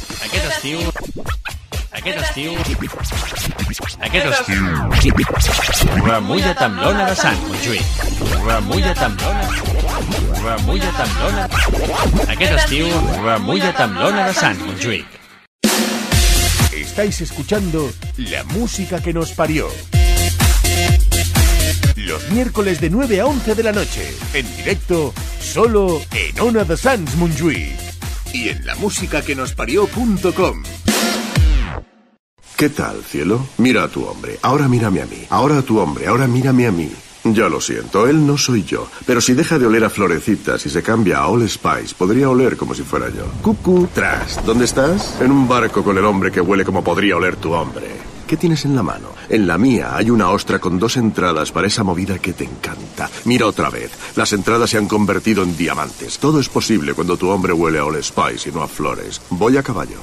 estiu... Aquest estiu... Aquest estiu... Remulla't amb l'ona de Sant Montjuïc. Remulla't amb l'ona... Remulla't amb l'ona... Aquest estiu... Remulla't amb l'ona de Sant Montjuïc. Estáis escuchando la música que nos parió. Los miércoles de 9 a 11 de la noche, en directo, solo en Ona de Sans Munjuic. Y en la música que nos parió.com. ¿Qué tal, cielo? Mira a tu hombre, ahora mírame a mí, ahora a tu hombre, ahora mírame a mí. Ya lo siento, él no soy yo, pero si deja de oler a florecitas y se cambia a All Spice, podría oler como si fuera yo. Cucu, tras, ¿dónde estás? En un barco con el hombre que huele como podría oler tu hombre. ¿Qué tienes en la mano? En la mía hay una ostra con dos entradas para esa movida que te encanta. Mira otra vez, las entradas se han convertido en diamantes. Todo es posible cuando tu hombre huele a All Spice y no a flores. Voy a caballo.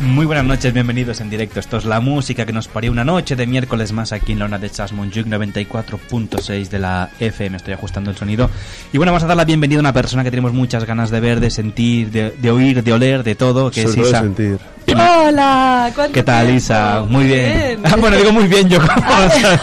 Muy buenas noches, bienvenidos en directo. Esto es la música que nos parió una noche de miércoles más aquí en la una de Chas 94.6 de la FM. Estoy ajustando el sonido. Y bueno, vamos a dar la bienvenida a una persona que tenemos muchas ganas de ver, de sentir, de, de oír, de oler, de todo, que Solo es de Isa. sentir. Hola, ¿cuánto ¿Qué tal, tiempo? Isa? Muy bien. Ah, bueno, digo muy bien yo. o sea,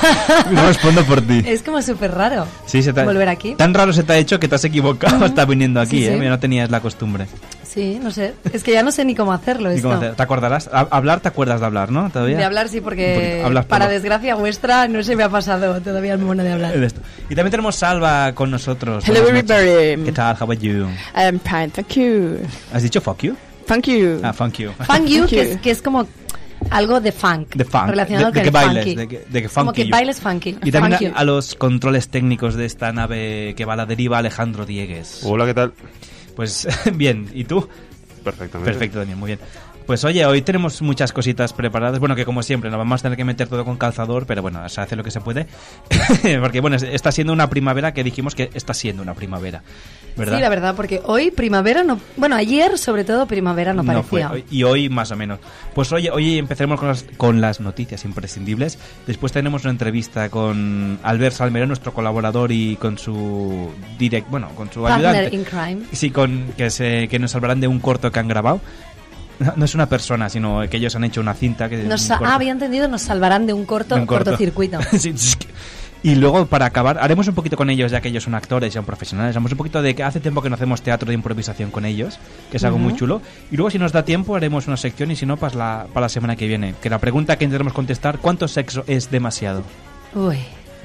no respondo por ti. Es como súper raro. Sí, se te ha- Volver aquí. Tan raro se te ha hecho que te has equivocado hasta viniendo aquí, Sí, ¿eh? sí. Mira, no tenías la costumbre. Sí, no sé. Es que ya Pues no sé ni cómo hacerlo Ni esto. cómo hacer- ¿Te acordarás? Ha- Hablar, te acuerdas de hablar, ¿no? Todavía. De hablar sí, Un porque poquito. Hablas para poco. desgracia vuestra no se me ha pasado todavía el mono de Eh, de hablar. esto. Y también tenemos Salva con nosotros. Hello, Buenas noches. everybody. ¿Qué tal? How about you? I'm fine, thank you. ¿Has dicho fuck you? Thank Uh. you. Ah, thank you. Funk you, Thank que you. es, que es como algo de funk. De funk. de, Relacionado de con que el bailes, funky. de que, de que como funky que you. bailes funky. Y también Funk you. a, a los controles técnicos de esta nave que va a la deriva, Alejandro Diegues. Hola, ¿qué tal? Pues bien, ¿y tú? Perfectamente. Perfecto, Daniel, muy bien. Pues oye, hoy tenemos muchas cositas preparadas. Bueno, que como siempre, nos vamos a tener que meter todo con calzador, pero bueno, se hace lo que se puede. Porque bueno, es- está siendo una primavera que dijimos que está siendo una primavera. ¿Verdad? Sí, la verdad, porque hoy primavera no. Bueno, ayer sobre todo primavera no No parecía. fue. Y hoy más o menos. Pues hoy, hoy empezaremos con las, con las noticias imprescindibles. Después tenemos una entrevista con Albert Salmerón, nuestro colaborador y con su direct, bueno, con su Partner ayudante. in crime. Sí, con que se, que nos salvarán de un corto que han grabado. No, no es una persona, sino que ellos han hecho una cinta que Nos un sa- corto. ah, había entendido, nos salvarán de un corto, De un corto. cortocircuito. Sí, sí. Y luego, para acabar, haremos un poquito con ellos, ya que ellos son actores y son profesionales. Haremos un poquito de que hace tiempo que no hacemos teatro de improvisación con ellos, que es algo muy chulo. Y luego, si nos da tiempo, haremos una sección y si no, para la, para la semana que viene. Que la pregunta que intentaremos contestar, ¿cuánto sexo es demasiado? Uy.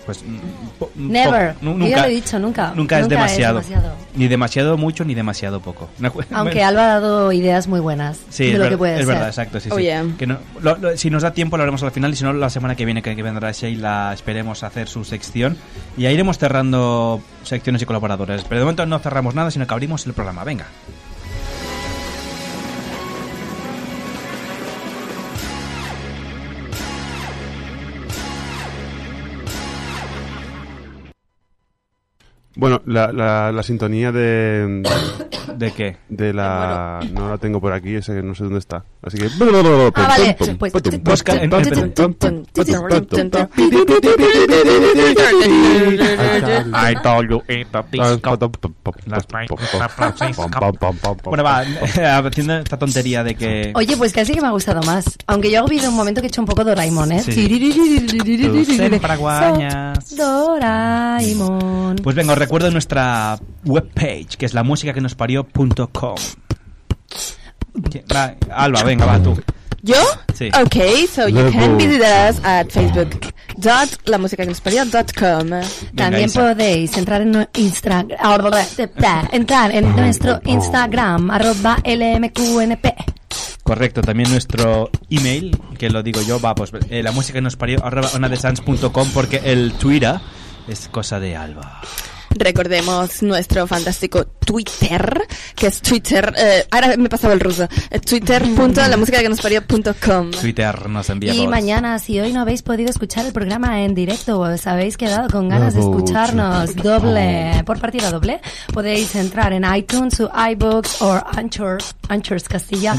Pues mm, po- mm, Never. poco. Nu- Yo ya lo he dicho, Nunca nunca. es Nunca es demasiado. demasiado. Ni demasiado mucho, ni demasiado poco. Una cu- Aunque bueno. Alba ha dado ideas muy buenas Sí, de es, lo ver- que puede es ser. verdad, exacto. Sí, sí. Oh, yeah. Que no- lo- lo- si nos da tiempo, lo haremos al final. Y si no, la semana que viene, que, que vendrá Sheila, esperemos hacer su sección. Y ya iremos cerrando secciones y colaboradores. Pero de momento no cerramos nada, sino que abrimos el programa. Venga. Bueno, la, la, la sintonía de, ¿De qué? de la... No la tengo por aquí, ese no sé dónde está. Así que... Ah, vale. Pues- Busca en- I told you eat the disco. Las Bueno, Bueno, va, haciendo esta tontería de que... Oye, pues casi que me ha gustado más. Aunque yo he habido un momento que he hecho un poco Doraemon, ¿eh? Sí. Son paraguayas. Doraemon. Pues venga, os recuerdo nuestra webpage, que es la música que nos parió.com. Alba, venga, va tú. Yo? Sí. Okay, so you Level. can visit us at facebook dot lamusicaquenosparía.com. Venga, También Isa. podéis entrar en, nu- Instra- ah, bla, bla, bla, bla, entrar en nuestro Instagram, arroba LMQNP. Correcto, también nuestro email, que lo digo yo, va, pues eh, la música que nos parió, arroba onadesans.com, porque el Twitter es cosa de Alba. Recordemos nuestro fantástico Twitter, que es Twitter. eh, ahora me he pasado el ruso. eh, Twitter.lamusicaquenosparía.com. Twitter nos envía Y bots. mañana, si hoy no habéis podido escuchar el programa en directo o os habéis quedado con ganas de Bravo, escucharnos doble, Oh. por partida doble, podéis entrar en iTunes o iBooks o Anchor, Anchors Castilla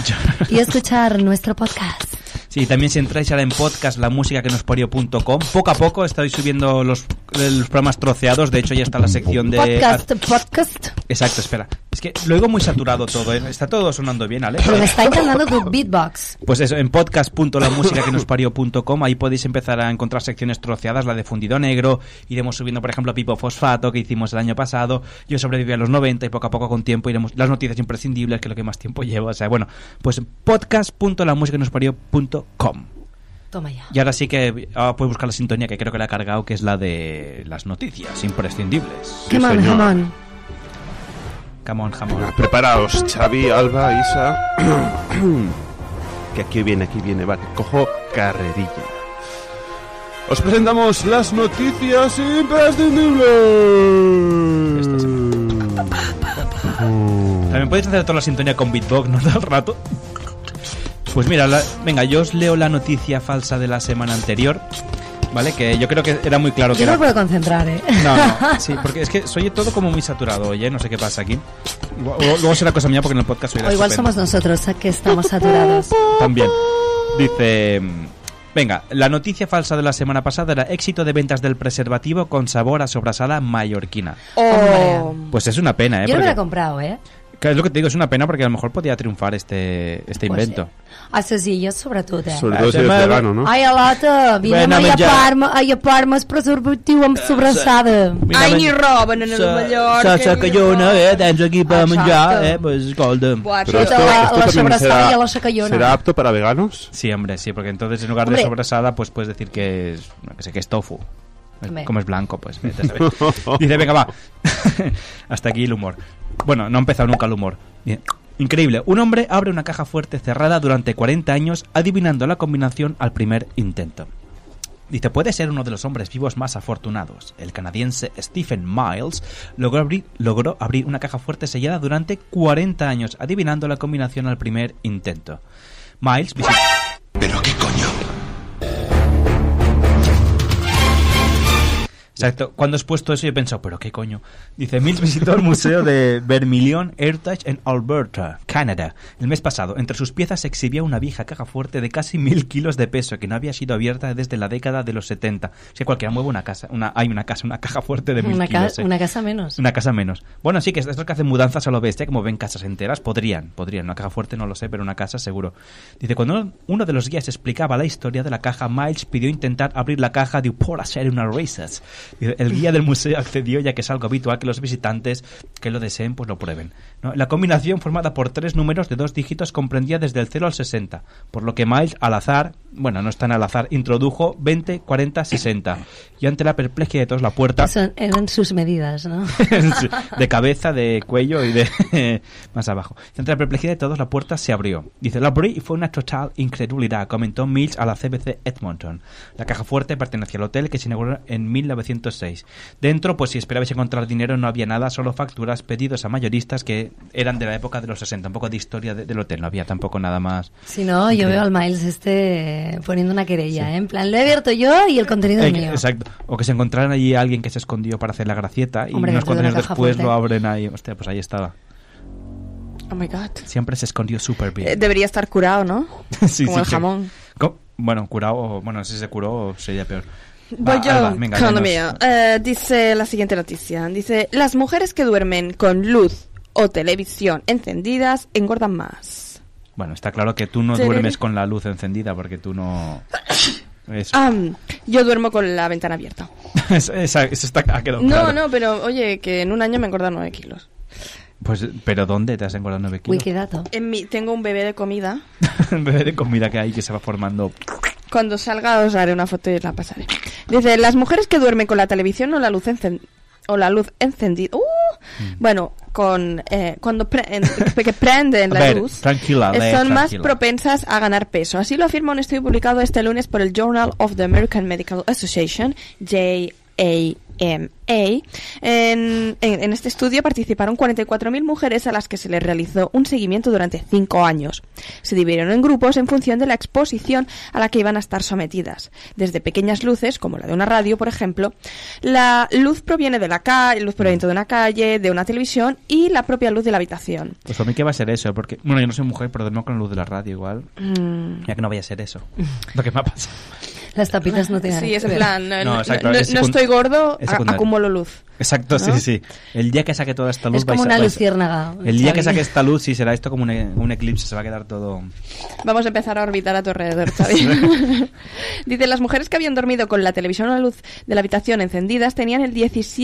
y escuchar nuestro podcast. Sí, también si entráis ahora en podcast, la música que nos parió.com, poco a poco estoy subiendo los, los programas troceados, de hecho ya está la sección de... Podcast, podcast. Exacto, espera. Es que lo oigo muy saturado todo, ¿eh? Está todo sonando bien, Alex. Pero me está encantando tu beatbox. Pues eso, en podcast.lamusicaquenospario.com ahí podéis empezar a encontrar secciones troceadas, la de fundido negro, iremos subiendo por ejemplo Pipo Fosfato que hicimos el año pasado, yo sobreviví a los 90 y poco a poco con tiempo iremos las noticias imprescindibles, que es lo que más tiempo lleva, o sea, bueno, pues podcast.lamusicaquenospario.com. Toma ya. Y ahora sí que ah, puedes buscar la sintonía que creo que la he cargado, que es la de las noticias imprescindibles. Come on, señor. come on. Camón, jamón. Preparaos, Xavi, Alba, Isa. que aquí viene, aquí viene, vale. Cojo carrerilla. Os presentamos las noticias imprescindibles. Esta También podéis hacer toda la sintonía con beatbox, ¿no? Todo el rato. Pues mira, la- venga, yo os leo la noticia falsa de la semana anterior, ¿vale? Que yo creo que era muy claro que Yo no era... me puedo concentrar, ¿eh? No, no, sí, porque es que soy todo como muy saturado hoy, ¿eh? No sé qué pasa aquí. Igual- o- Luego será cosa mía porque en el podcast oirá O igual estupendo. somos nosotros que estamos saturados. También. Dice... mm, Venga, la noticia falsa de la semana pasada era éxito de ventas del preservativo con sabor a sobrasada mallorquina. Oh, Pues es una pena, ¿eh? Yo no me la he Porque- comprado, ¿eh? Claro, es lo que te digo, es una pena porque a lo mejor podía triunfar este, este Pues, invento. eh, Això sí, jo sobretot, eh? Sobre todo si eres Además- vegano, ¿no? Ai, Elota, vine Ven a a menjar. llepar-me a llepar-me el preservatiu amb sobrassada. Ai, ni roben en el Mallorca. ni roben. tens aquí per Exacte. menjar, eh, pues escolta'm. Buah, Pero això- esto, la- esto la también sobrasada será, y la sacallona. será apto para veganos. Sí, hombre, sí, porque entonces en lugar Hombre. de sobrasada, pues puedes decir que es, no, que sé, que es tofu. Es- Hombre. Como es blanco, pues vete a saber. Dice, venga, va. Hasta aquí el humor. Bueno, no ha empezado nunca el humor. Bien. Increíble. Un hombre abre una caja fuerte cerrada durante 40 años adivinando la combinación al primer intento. Dice, puede ser uno de los hombres vivos más afortunados. El canadiense Stephen Miles logró abrir, logró abrir una caja fuerte sellada durante 40 años, adivinando la combinación al primer intento. Miles visi- Exacto. Cuando has puesto eso yo he pensado, pero qué coño. Dice, Mills visitó el museo de Vermilion Heritage en Alberta, Canadá, el mes pasado. Entre sus piezas se exhibía una vieja caja fuerte de casi mil kilos de peso que no había sido abierta desde la década de los 70. O sea, cualquiera mueve una casa, una, hay una casa, una caja fuerte de mil Una, ca kilos. eh. una casa menos. Una casa menos. Bueno, sí, que estos que hacen mudanzas a lo bestia, como ven casas enteras, podrían, podrían. Una caja fuerte no lo sé, pero una casa seguro. Dice, cuando uno de los guías explicaba la historia de la caja, Miles pidió intentar abrir la caja de por hacer una risas. Dice, El guía del museo accedió, ya que es algo habitual que los visitantes que lo deseen, pues lo prueben. ¿no? La combinación formada por tres números de dos dígitos comprendía desde el 0 al 60, por lo que Miles, al azar, bueno, no es tan al azar, introdujo 20, 40, 60. Y ante la perplejidad de todos, la puerta... Son, eran sus medidas, ¿no? Sí, de cabeza, de cuello y de más abajo. Entre la perplejidad de todos, la puerta se abrió. Dice, la abrí y fue una total incredulidad, comentó Mills a la CBC Edmonton. La caja fuerte pertenecía al hotel que se inauguró en 1906. Dentro, pues si esperabais encontrar dinero no había nada, solo facturas, pedidos a mayoristas que eran de la época de los 60, un poco de historia de- del hotel, no había tampoco nada más. Si no, yo veo al Miles este poniendo una querella, ¿eh? En plan, lo he abierto yo y el contenido Eh, es mío. Exacto. O que se encontraran allí a alguien que se escondió para hacer la gracieta y Hombre, unos dentro de la cuantos años caja después fuerte. lo abren ahí. Hostia, pues ahí estaba. Oh my god. Siempre se escondió súper bien. Eh, debería estar curado, ¿no? Sí, Como sí, el sí. jamón. Co- Bueno, curado, o- bueno, si se curó sería peor. Va, Voy yo Alba, venga, con lo mío. danos. Eh, dice la siguiente noticia. Dice, las mujeres que duermen con luz o televisión encendidas engordan más. Bueno, está claro que tú no Terere. duermes con la luz encendida porque tú no... Eso. Am, yo duermo con la ventana abierta. Eso- esa- eso está, ha quedado No, claro. no, pero oye, que en un año me engordan 9 kilos. Pues, ¿pero dónde te has engordado 9 kilos? Wikidato. En mi, tengo un bebé de comida. El bebé de comida que hay que se va formando. Cuando salga os haré una foto y la pasaré. Dice, las mujeres que duermen con la televisión o la luz encendida. O la luz encendida. ¡Uh! Mm. Bueno, con eh, cuando pre- en- que prenden la A ver, luz, tranquila, eh, lee, son más tranquila. propensas a ganar peso. Así lo afirma un estudio publicado este lunes por el Journal of the American Medical Association, JAMA. En, en- en este estudio participaron 44.000 mujeres a las que se les realizó un seguimiento durante 5 años. Se dividieron en grupos en función de la exposición a la que iban a estar sometidas. Desde pequeñas luces, como la de una radio, por ejemplo, la luz proviene de la calle, luz proveniente de una calle, de una televisión y la propia luz de la habitación. Pues a mí qué va a ser eso, porque... Bueno, yo no soy mujer, pero duermo con la luz de la radio igual. Mm. Ya que no vaya a ser eso. Lo que me ha pasado. Las tapitas no tienen. Sí, es que en ver. plan, no, No, no- exacto, no- es no secund- estoy gordo, es a- secundario. acumulo luz. Exacto, sí, ¿No? sí, sí. El día que saque toda esta luz... Es como vais a- una vais a- luciérnaga. El día que Xavi. saque esta luz, sí, será esto como un, e- un eclipse, se va a quedar todo... Vamos a empezar a orbitar a tu alrededor, Xavi. Dice, las mujeres que habían dormido con la televisión o la luz de la habitación encendidas tenían el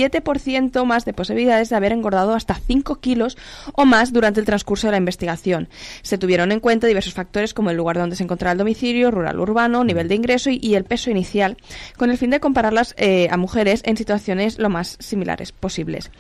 17% más de posibilidades de haber engordado hasta 5 kilos o más durante el transcurso de la investigación. Se tuvieron en cuenta diversos factores como el lugar donde se encontraba el domicilio, rural o Mm. urbano, nivel de ingreso y, y el peso inicial, con el fin de compararlas eh, a mujeres en situaciones lo más similares posibles.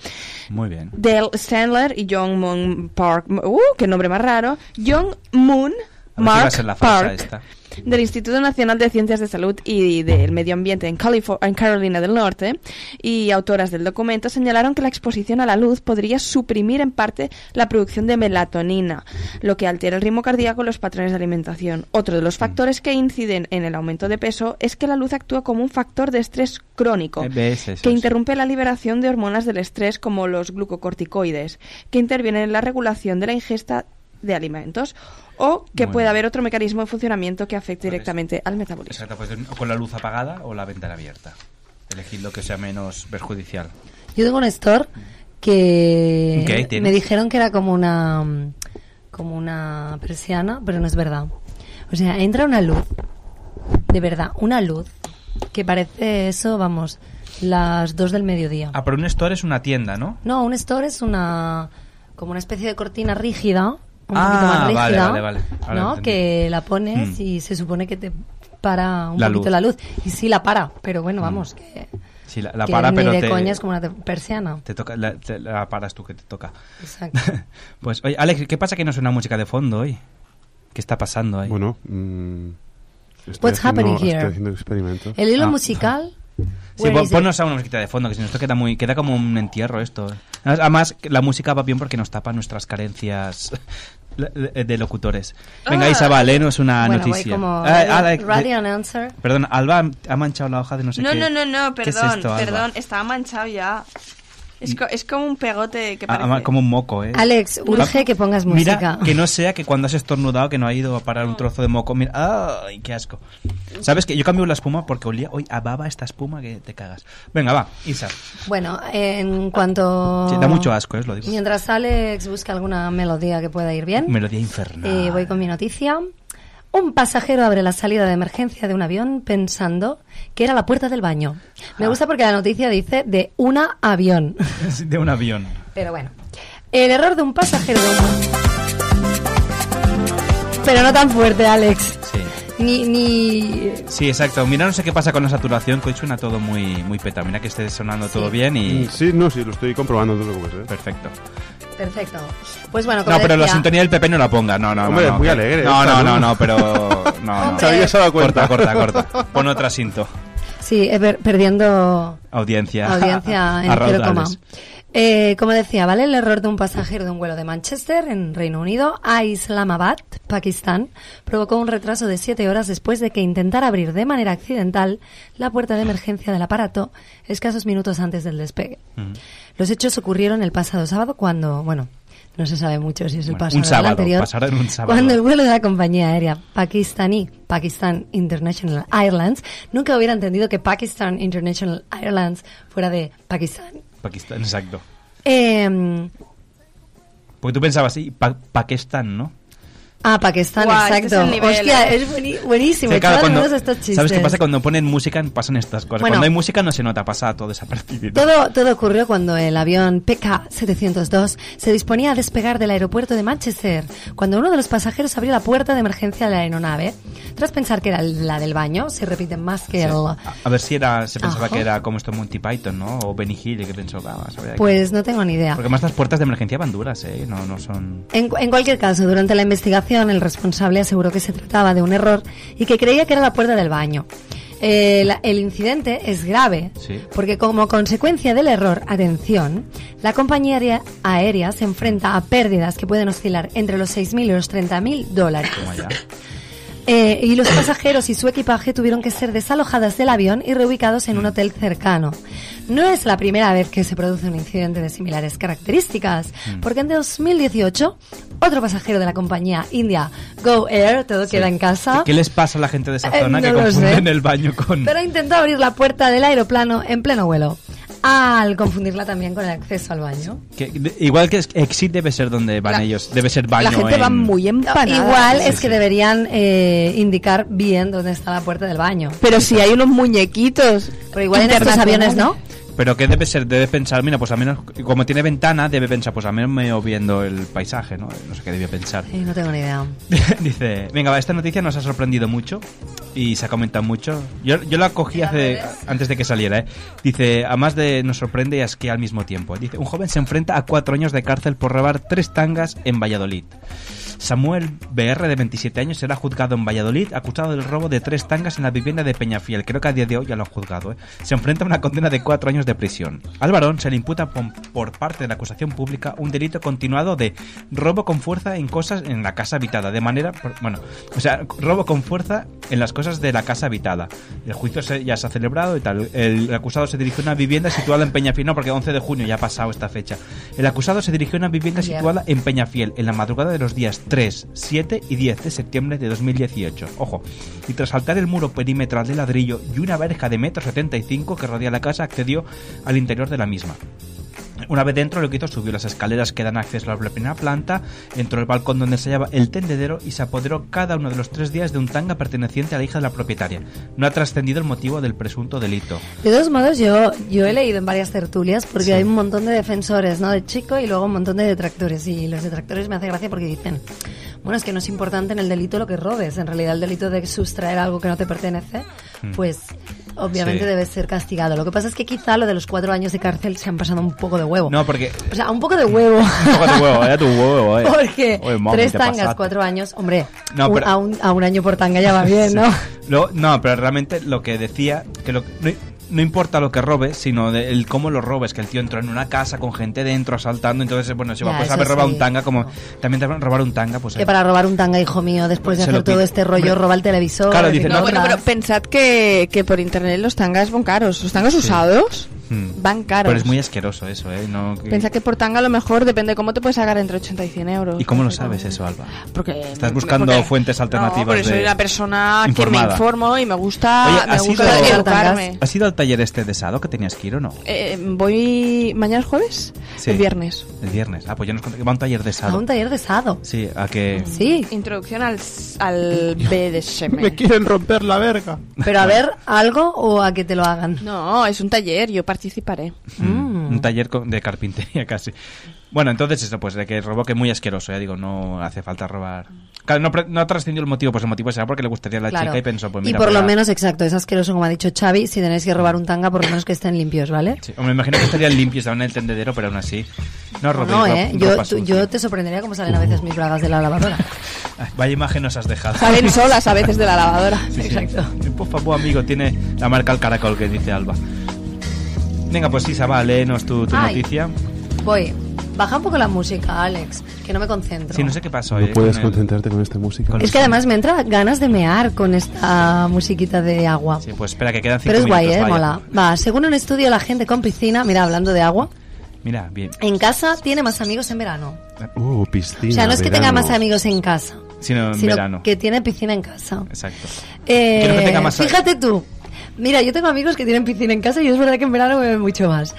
Muy bien. Dale Sandler y John Moon Park. ¡Uh! ¡Qué nombre más raro! John Moon A ver si va a Mark ser la falsa Park esta. del Instituto Nacional de Ciencias de Salud y del Medio Ambiente en, Califo- en Carolina del Norte y autoras del documento señalaron que la exposición a la luz podría suprimir en parte la producción de melatonina, lo que altera el ritmo cardíaco y los patrones de alimentación. Otro Mm. de los factores que inciden en el aumento de peso es que la luz actúa como un factor de estrés crónico Eh, ves, eso que es. interrumpe la liberación de hormonas del estrés como los glucocorticoides, que intervienen en la regulación de la ingesta de alimentos, o que Muy puede bien. haber otro mecanismo de funcionamiento que afecte directamente al metabolismo. Exacto, pues o con la luz apagada o la ventana abierta. Elegid lo que sea menos perjudicial. Yo tengo un store que ¿Qué tienes? me dijeron que era como una mm, como una persiana, pero no es verdad. O sea, entra una luz, de verdad, una luz que parece eso, vamos, las dos del mediodía. Ah, pero un store es una tienda, ¿no? No, un store es una como una especie de cortina rígida, un Ah, poquito más vale, rígida, vale, vale. Ahora lo ¿no? entendí. Que la pones Mm. y se supone que te para un La poquito luz. la luz y sí la para, pero bueno, vamos que Sí, la, la que para, ni pero de te, coña es como una te- persiana. te toca, la, te- la paras tú que te toca. Exacto. pues, oye, Alex, ¿qué pasa que no suena música de fondo hoy? ¿Qué está pasando ahí? Bueno, mm, estoy What's happening haciendo- here? Estoy haciendo experimentos. El hilo Ah. musical. Sí, where pon- is it? ponnos a una musiquita de fondo, que si no esto queda, muy, queda como un entierro esto. Además, que la música va bien porque nos tapa nuestras carencias de de locutores. Venga, Ah. Isabel, léenos una bueno, voy noticia. como Ah, radio, Alex, radio announcer. Perdón, Alba ha manchado la hoja de no sé No, qué. no, no, no, ¿Qué es perdón, esto, Alba? perdón, estaba manchado ya. Es, co- es como un pegote que Ah, parece... ama- como un moco, ¿eh? Alex, urge que pongas música. Mira, que no sea que cuando has estornudado que no ha ido a parar un trozo de moco. Mira, ¡ay, qué asco! ¿Sabes que Yo cambio la espuma porque olía hoy a baba esta espuma que te cagas. Venga, va, Isa. Bueno, en cuanto. Sí, da mucho asco, ¿eh? Os lo digo. Mientras Alex busca alguna melodía que pueda ir bien, Melodía infernal. eh, voy con mi noticia. Un pasajero abre la salida de emergencia de un avión pensando que era la puerta del baño. Me gusta porque la noticia dice de una avión. De un avión. Pero bueno, el error de un pasajero de un... Pero no tan fuerte, Alex. Sí. Ni, ni... Sí, exacto. Mira, no sé qué pasa con la saturación, que hoy suena todo muy, muy peta. Mira que esté sonando todo bien y... Mm, Sí, no, sí, lo estoy comprobando, no te preocupes. ¿eh? Perfecto. Perfecto. Pues bueno, como No, pero la decía- sintonía del PP no la ponga. No, no, no, Hombre, no. muy alegre No, no, esta, no, ¿no? no, pero... No, no. Xavi ya se ha dado Corta, cuenta. corta, corta. Pon otra cinto. Sí, eh, per- perdiendo Audiencia. audiencia en A el cero coma. raudales. Eh, como decía, ¿vale? El error de un pasajero de un vuelo de Manchester, en Reino Unido, a Islamabad, Pakistán, provocó un retraso de siete horas después de que intentara abrir de manera accidental la puerta de emergencia del aparato escasos minutos antes del despegue. Los hechos ocurrieron el pasado sábado cuando, bueno, no se sabe mucho si es el Bueno, pasado un o el sábado, anterior, pasaron un sábado. Cuando el vuelo de la compañía aérea pakistaní Pakistan International Airlines nunca hubiera entendido que Pakistan International Airlines fuera de Pakistán. Pakistán, exacto. Eh, Porque tú pensabas, sí, Pa- Pakistán, ¿no? ah, Pakistán, Guau, este exacto. es el nivel, Hostia, ¿eh? es bueni- buenísimo. Sí, claro, echaba de cuando- menos estos chistes. ¿Sabes qué pasa? Cuando ponen música pasan estas cosas. Bueno. cuando hay música no se nota, pasa todo desapercibido. Todo, todo ocurrió cuando el avión PK-702 se disponía a despegar del aeropuerto de Manchester, cuando uno de los pasajeros abrió la puerta de emergencia de la aeronave. Tras pensar que era la del baño, se repite más que Sí. Ah, el... a, a ver si era, se pensaba Ajá. que era como esto Monty Python, ¿no? O Benny Hill, que pensó, "Ah, sabía que-". Pues no tengo ni idea. Porque más las puertas de emergencia van duras, ¿eh? No, no son... En, cu- en cualquier caso, durante la investigación, el responsable aseguró que se trataba de un error y que creía que era la puerta del baño. El, el incidente es grave Sí. porque como consecuencia del error, atención, la compañía aérea, aérea se enfrenta a pérdidas que pueden oscilar entre los 6.000 y los 30.000 dólares. Toma ya. Eh, y los pasajeros y su equipaje tuvieron que ser desalojadas del avión y reubicados en un hotel cercano. No es la primera vez que se produce un incidente de similares características, Mm. porque en 2018 otro pasajero de la compañía india Go Air, todo queda en casa, ¿Qué les pasa a la gente de esa Eh, zona no que lo confunden sé. el baño con... pero intentó abrir la puerta del aeroplano en pleno vuelo, al confundirla también con el acceso al baño. Que- de- igual que es- Exit debe ser donde van La- ellos, debe ser baño la gente va en- muy empanada. Igual Sí, es sí. que deberían eh, indicar bien dónde está la puerta del baño. Pero si hay unos muñequitos. Pero igual en estos aviones no. Pero que debe ser, debe pensar, mira, pues al menos, como tiene ventana, debe pensar, pues al menos me voy viendo el paisaje, ¿no? No sé qué debía pensar. Eh, no tengo ni idea. Dice, venga, va, esta noticia nos ha sorprendido mucho y se ha comentado mucho. Yo, yo la cogí hace, antes de que saliera, ¿eh? Dice, además de nos sorprende y asquea al mismo tiempo. Dice, un joven se enfrenta a cuatro años de cárcel por robar tres tangas en Valladolid. Samuel BR, de 27 años, será juzgado en Valladolid, acusado del robo de tres tangas en la vivienda de Peñafiel. Creo que a día de hoy ya lo han juzgado. ¿eh? Se enfrenta a una condena de cuatro años de prisión. Al varón se le imputa pon- por parte de la acusación pública un delito continuado de robo con fuerza en cosas en la casa habitada. De manera. por- Bueno, o sea, robo con fuerza en las cosas de la casa habitada. El juicio se- ya se ha celebrado y tal. El acusado se dirigió a una vivienda situada en Peñafiel. No, porque 11 de junio ya ha pasado esta fecha. El acusado se dirigió a una vivienda Ya. situada en Peñafiel en la madrugada de los días 3, 7 y 10 de septiembre de 2018. Ojo. Y tras saltar el muro perimetral de ladrillo y una verja de metro 75 que rodea la casa, accedió al interior de la misma. Una vez dentro, lo que hizo subió las escaleras que dan acceso a la primera planta, entró al balcón donde se hallaba el tendedero y se apoderó cada uno de los tres días de un tanga perteneciente a la hija de la propietaria. No ha trascendido el motivo del presunto delito. De todos modos, yo, yo he leído en varias tertulias porque hay un montón de defensores, ¿no? De chico y luego un montón de detractores. Y los detractores me hace gracia porque dicen, bueno, es que no es importante en el delito lo que robes. En realidad, el delito de sustraer algo que no te pertenece, pues obviamente Mm. Sí. debe ser castigado. Lo que pasa es que quizá lo de los cuatro años de cárcel se han pasado un poco de huevo. No, porque... O sea, un poco de huevo. Tócate huevo, eh, tu huevo, eh. Porque Oye, mami, tres te tangas, pasaste. cuatro años, hombre, No, un- pero- a, un, a un año por tanga ya va bien, ¿no? Lo- no, pero realmente lo que decía, que lo- no, no importa lo que robes, sino de el cómo lo robes, que el tío entró en una casa con gente dentro asaltando, entonces, bueno, si va Ya, pues eso haber robado sí. un tanga, como No. también te van a robar un tanga, pues... Que para robar un tanga, hijo mío, después de Se hacer lo pide. todo este rollo, Hombre. roba el televisor. Claro, te dice, No, No, bueno, pero compras. pensad que, que por internet los tangas van caros. Los tangas usados Hmm. van caros. Pero es muy asqueroso eso, ¿eh? No, que- Pensad que por tanga a lo mejor depende de cómo te puedes sacar entre 80 y 100 euros. ¿Y cómo lo sabes eso, Alba? Porque Estás buscando porque- fuentes No, alternativas porque soy de- una persona que informada. me informo y me gusta, Oye, me ¿has gusta ido- educarme. ¿Has ido al taller este de Sado que tenías que ir o no? Eh, voy mañana es jueves, Sí. el viernes. El viernes. Ah, pues yo nos conté que va a un taller de A Sado. un taller de sado. Sí, a que... Sí, Introducción al, al BDSM. Me quieren romper la verga. pero a ver algo o a que te lo hagan. No, es un taller, yo participaré. Mm, Un taller con- de carpintería casi. Bueno, entonces eso, pues de que robó que es muy asqueroso, ya digo, no hace falta robar. Claro, no, pre- no ha trascendido el motivo, pues el motivo será porque le gustaría a la Claro. chica y pensó, pues y mira... por pues lo la- menos, exacto, es asqueroso como ha dicho Xavi, si tenéis que robar un tanga, por lo menos que estén limpios, ¿vale? Sí, hombre, me imagino que estarían limpios, estaban en el tendedero, pero aún así... No robéis No, ro- ¿eh? Yo, ropa tú- sucia. yo te sorprendería cómo salen a veces mis bragas de la lavadora. Ay, Vaya imagen nos has dejado. Salen solas a veces de la lavadora. Exacto. Por favor, amigo, tiene la marca el caracol que dice Alba. Venga, pues sí, Saba, léenos tu, tu Ay. noticia. Voy. Baja un poco la música, Alex, que no me concentro. Sí, no sé qué pasó. eh, No puedes concentrarte con esta música. Es que además me entra ganas de mear con esta musiquita de agua. Sí, pues espera, que quedan cinco Pero es guay, minutos, ¿eh? vaya. Mola. Va, según un estudio, la gente con piscina, mira, hablando de agua, Mira, bien. en casa tiene más amigos en verano. Uh, piscina. o sea, no es que tenga verano. más amigos en casa, Sino en sino verano. que tiene piscina en casa. Exacto. Eh, Quiero que tenga más- Fíjate tú. Mira, yo tengo amigos que tienen piscina en casa y es verdad que en verano beben mucho más.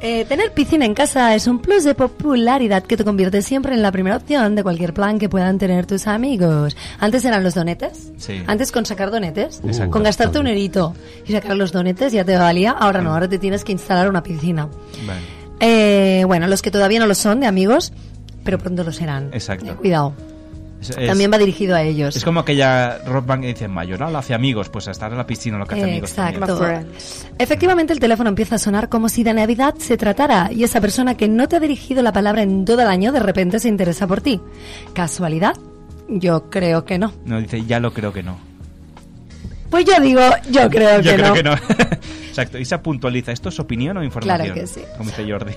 Eh, tener piscina en casa es un plus de popularidad que te convierte siempre en la primera opción de cualquier plan que puedan tener tus amigos. Antes eran los donetes. Sí. Antes con sacar donetes. Exacto. Con gastarte un erito y sacar los donetes ya te valía. Ahora no, ahora te tienes que instalar una piscina. Vale. Eh, bueno, los que todavía no lo son de amigos, pero pronto lo serán. Exacto. Eh, Cuidado. Es- es- También va dirigido a ellos. Es como aquella rock band que dice en mayo, ¿no? Lo hace amigos, pues a estar en la piscina lo que hace amigos. también. Exacto. My friends. Efectivamente, el teléfono empieza a sonar como si de Navidad se tratara y esa persona que no te ha dirigido la palabra en todo el año de repente se interesa por ti. ¿Casualidad? Yo creo que no. No, dice, ya lo creo que no. Pues yo digo, yo creo, Yo que, creo no. que no. Exacto. Y se puntualiza, ¿esto es opinión o información? Claro que sí. Como dice Jordi.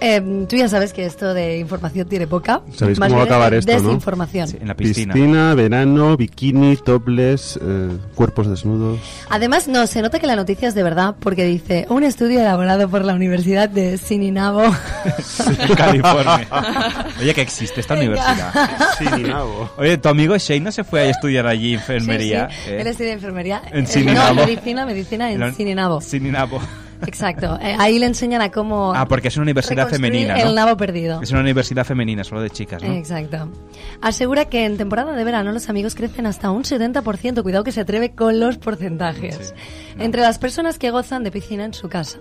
Eh, tú ya sabes que esto de información tiene poca. Sabéis Más cómo va a bien es acabar de esto, ¿no? Desinformación. Sí, en la piscina. Piscina. verano, bikini, topless, eh, cuerpos desnudos. Además, no, se nota que la noticia es de verdad porque dice un estudio elaborado por la Universidad de Sininabo. En California. Oye, que existe esta Venga. universidad. Oye, tu amigo Shane no se fue a estudiar allí enfermería. Sí, sí. ¿eh? Él estudia enfermería. En Eh, Sininabo. No, medicina, medicina en la- Sininabo. Sininabo. Exacto. Eh, ahí le enseñan a cómo. Ah, porque es una universidad reconstruir femenina, ¿no? El nabo perdido. Es una universidad femenina, solo de chicas, ¿no? Exacto. Asegura que en temporada de verano los amigos crecen hasta un 70%. Cuidado que se atreve con los porcentajes. Entre las personas que gozan de piscina en su casa.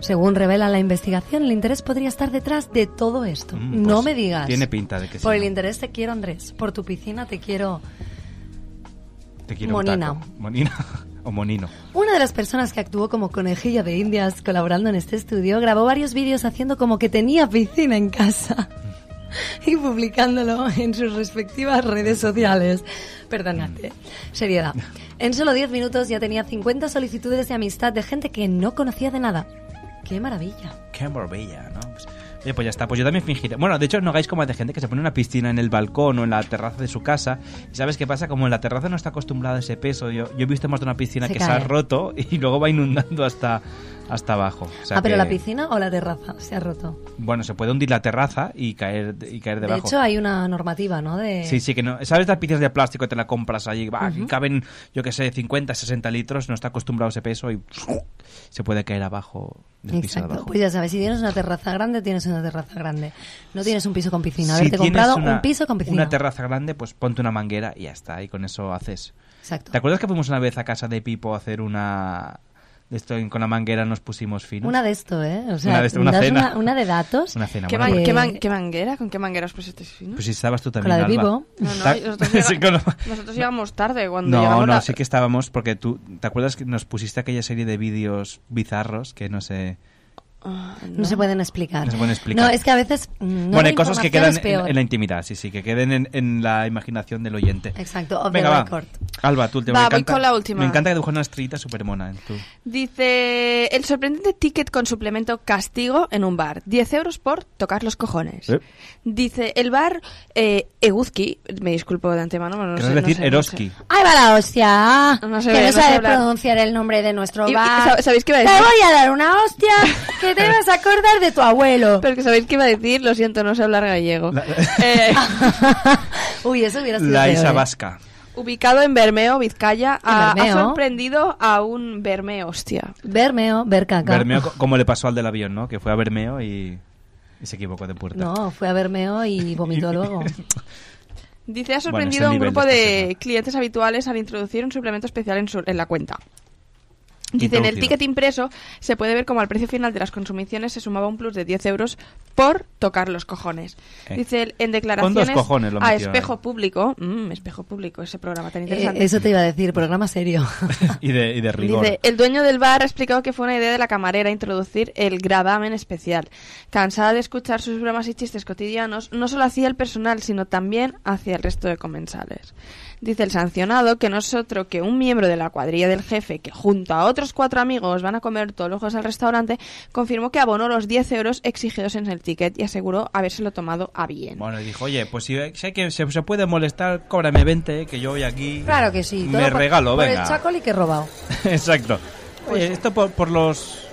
Según revela la investigación, el interés podría estar detrás de todo esto. Mm, no pues me digas. tiene pinta de que sí, Por el ¿no? interés te quiero, Andrés. Por tu piscina te quiero. Te quiero un Monina. taco. Monina. O Monino. Una de las personas que actuó como conejillo de indias colaborando en este estudio grabó varios vídeos haciendo como que tenía piscina en casa y publicándolo en sus respectivas redes sociales. Perdónate. Seriedad. En solo 10 minutos ya tenía 50 solicitudes de amistad de gente que no conocía de nada. ¡Qué maravilla! Qué maravilla, ¿no? Pues, oye, pues ya está, pues yo también fingiré. Bueno, de hecho, no hagáis como de gente que se pone una piscina en el balcón o en la terraza de su casa. Y sabes qué pasa, como en la terraza no está acostumbrada a ese peso, yo, yo he visto más de una piscina Se que cae. se ha roto y luego va inundando hasta, hasta abajo. O sea ah, pero que, la piscina o la terraza se ha roto. Bueno, se puede hundir la terraza y caer, y caer De debajo. hecho, eh, hay una normativa, ¿no? De... Sí, sí, que no. ¿Sabes las piscinas de plástico que te la compras allí? Va, que caben, yo que sé, 50, 60 litros, no está acostumbrado a ese peso y se puede caer abajo, deslizar Exacto. abajo. Pues ya sabes, si tienes una terraza grande, tienes una terraza grande. No tienes un piso con piscina. Si Haberte tienes comprado una- un piso con piscina. Una terraza grande, pues ponte una manguera y ya está, y con eso haces. Exacto. ¿Te acuerdas que fuimos una vez a casa de Pipo a hacer una. de Esto, en- con la manguera nos pusimos finos? Una de esto, ¿eh? O sea, Una de esto, una das cena. Una, una de datos. Una cena, ¿Qué, bueno, man- pues- qué man- qué manguera? ¿Con qué manguera os pusisteis fino? Pues si estabas tú la también. de Alba. Pipo. No, no, Ta- y nosotros, Sí, llegamos, con- nosotros llegamos tarde cuando No, llegamos no, la- sí que estábamos porque tú, ¿te acuerdas que nos pusiste aquella serie de vídeos bizarros que no sé... Ah, No se pueden explicar. No se pueden explicar. No, es que a veces. mm, No bueno, la hay cosas que información quedan es en, peor. en la intimidad, sí, sí, que queden en, en la imaginación del oyente. Exacto, off the Venga, va. record. Alba, tú, te Va, me voy encanta, con la última. Me encanta que dibujas una estrellita súper mona. Dice, el sorprendente ticket con suplemento castigo en un bar. 10 euros por tocar los cojones. ¿Eh? Dice, el bar eh, Eguzki, me disculpo de antemano. bueno, No sé, Querrás no decir sé, no sé. Eroski. ¡Ay, va la hostia! No se que ve, no no se sabes habla. pronunciar el nombre de nuestro Y- y bar. sab- ¿sabéis qué iba a Te decir? voy a dar una hostia que te vas a acordar de tu abuelo. Pero es que sabéis qué iba a decir, lo siento, no sé hablar gallego. Eh, Uy, eso hubiera sido. La peor, Isa ¿eh? Vasca. ubicado en Bermeo, Vizcaya, ha, ha Bermeo? sorprendido a un Bermeo, hostia. Bermeo, Bercaca. Bermeo, co- como le pasó al del avión, ¿no? Que fue a Bermeo y, y se equivocó de puerta. No, fue a Bermeo y vomitó luego. Dice, ha ese sorprendido a un nivel grupo de esta de semana. clientes habituales al introducir un suplemento especial en, su- en la cuenta. Dice, en el Introducido. ticket impreso se puede ver como al precio final de las consumiciones se sumaba un plus de 10 euros por tocar los cojones. Eh. Dice, él, en Con dos declaraciones cojones lo a metió, Espejo eh. Público, mm, Espejo Público, ese programa tan Eh, interesante. eso te iba a decir, programa serio. y, de, y de rigor. Dice, el dueño del bar ha explicado que fue una idea de la camarera introducir el gravamen especial. Cansada de escuchar sus bromas y chistes cotidianos, no solo hacia el personal, sino también hacia el resto de comensales. Dice el sancionado que no es otro que un miembro de la cuadrilla del jefe que junto a otros cuatro amigos van a comer todos los jueves al restaurante, confirmó que abonó los 10 euros exigidos en el ticket y aseguró habérselo tomado a bien. Bueno, y dijo, oye, pues si sé que se, se puede molestar, cóbrame 20, que yo voy aquí. Claro que sí. Me por- regalo, por venga. el chácoli que he robado. Exacto. Oye, esto por, por los.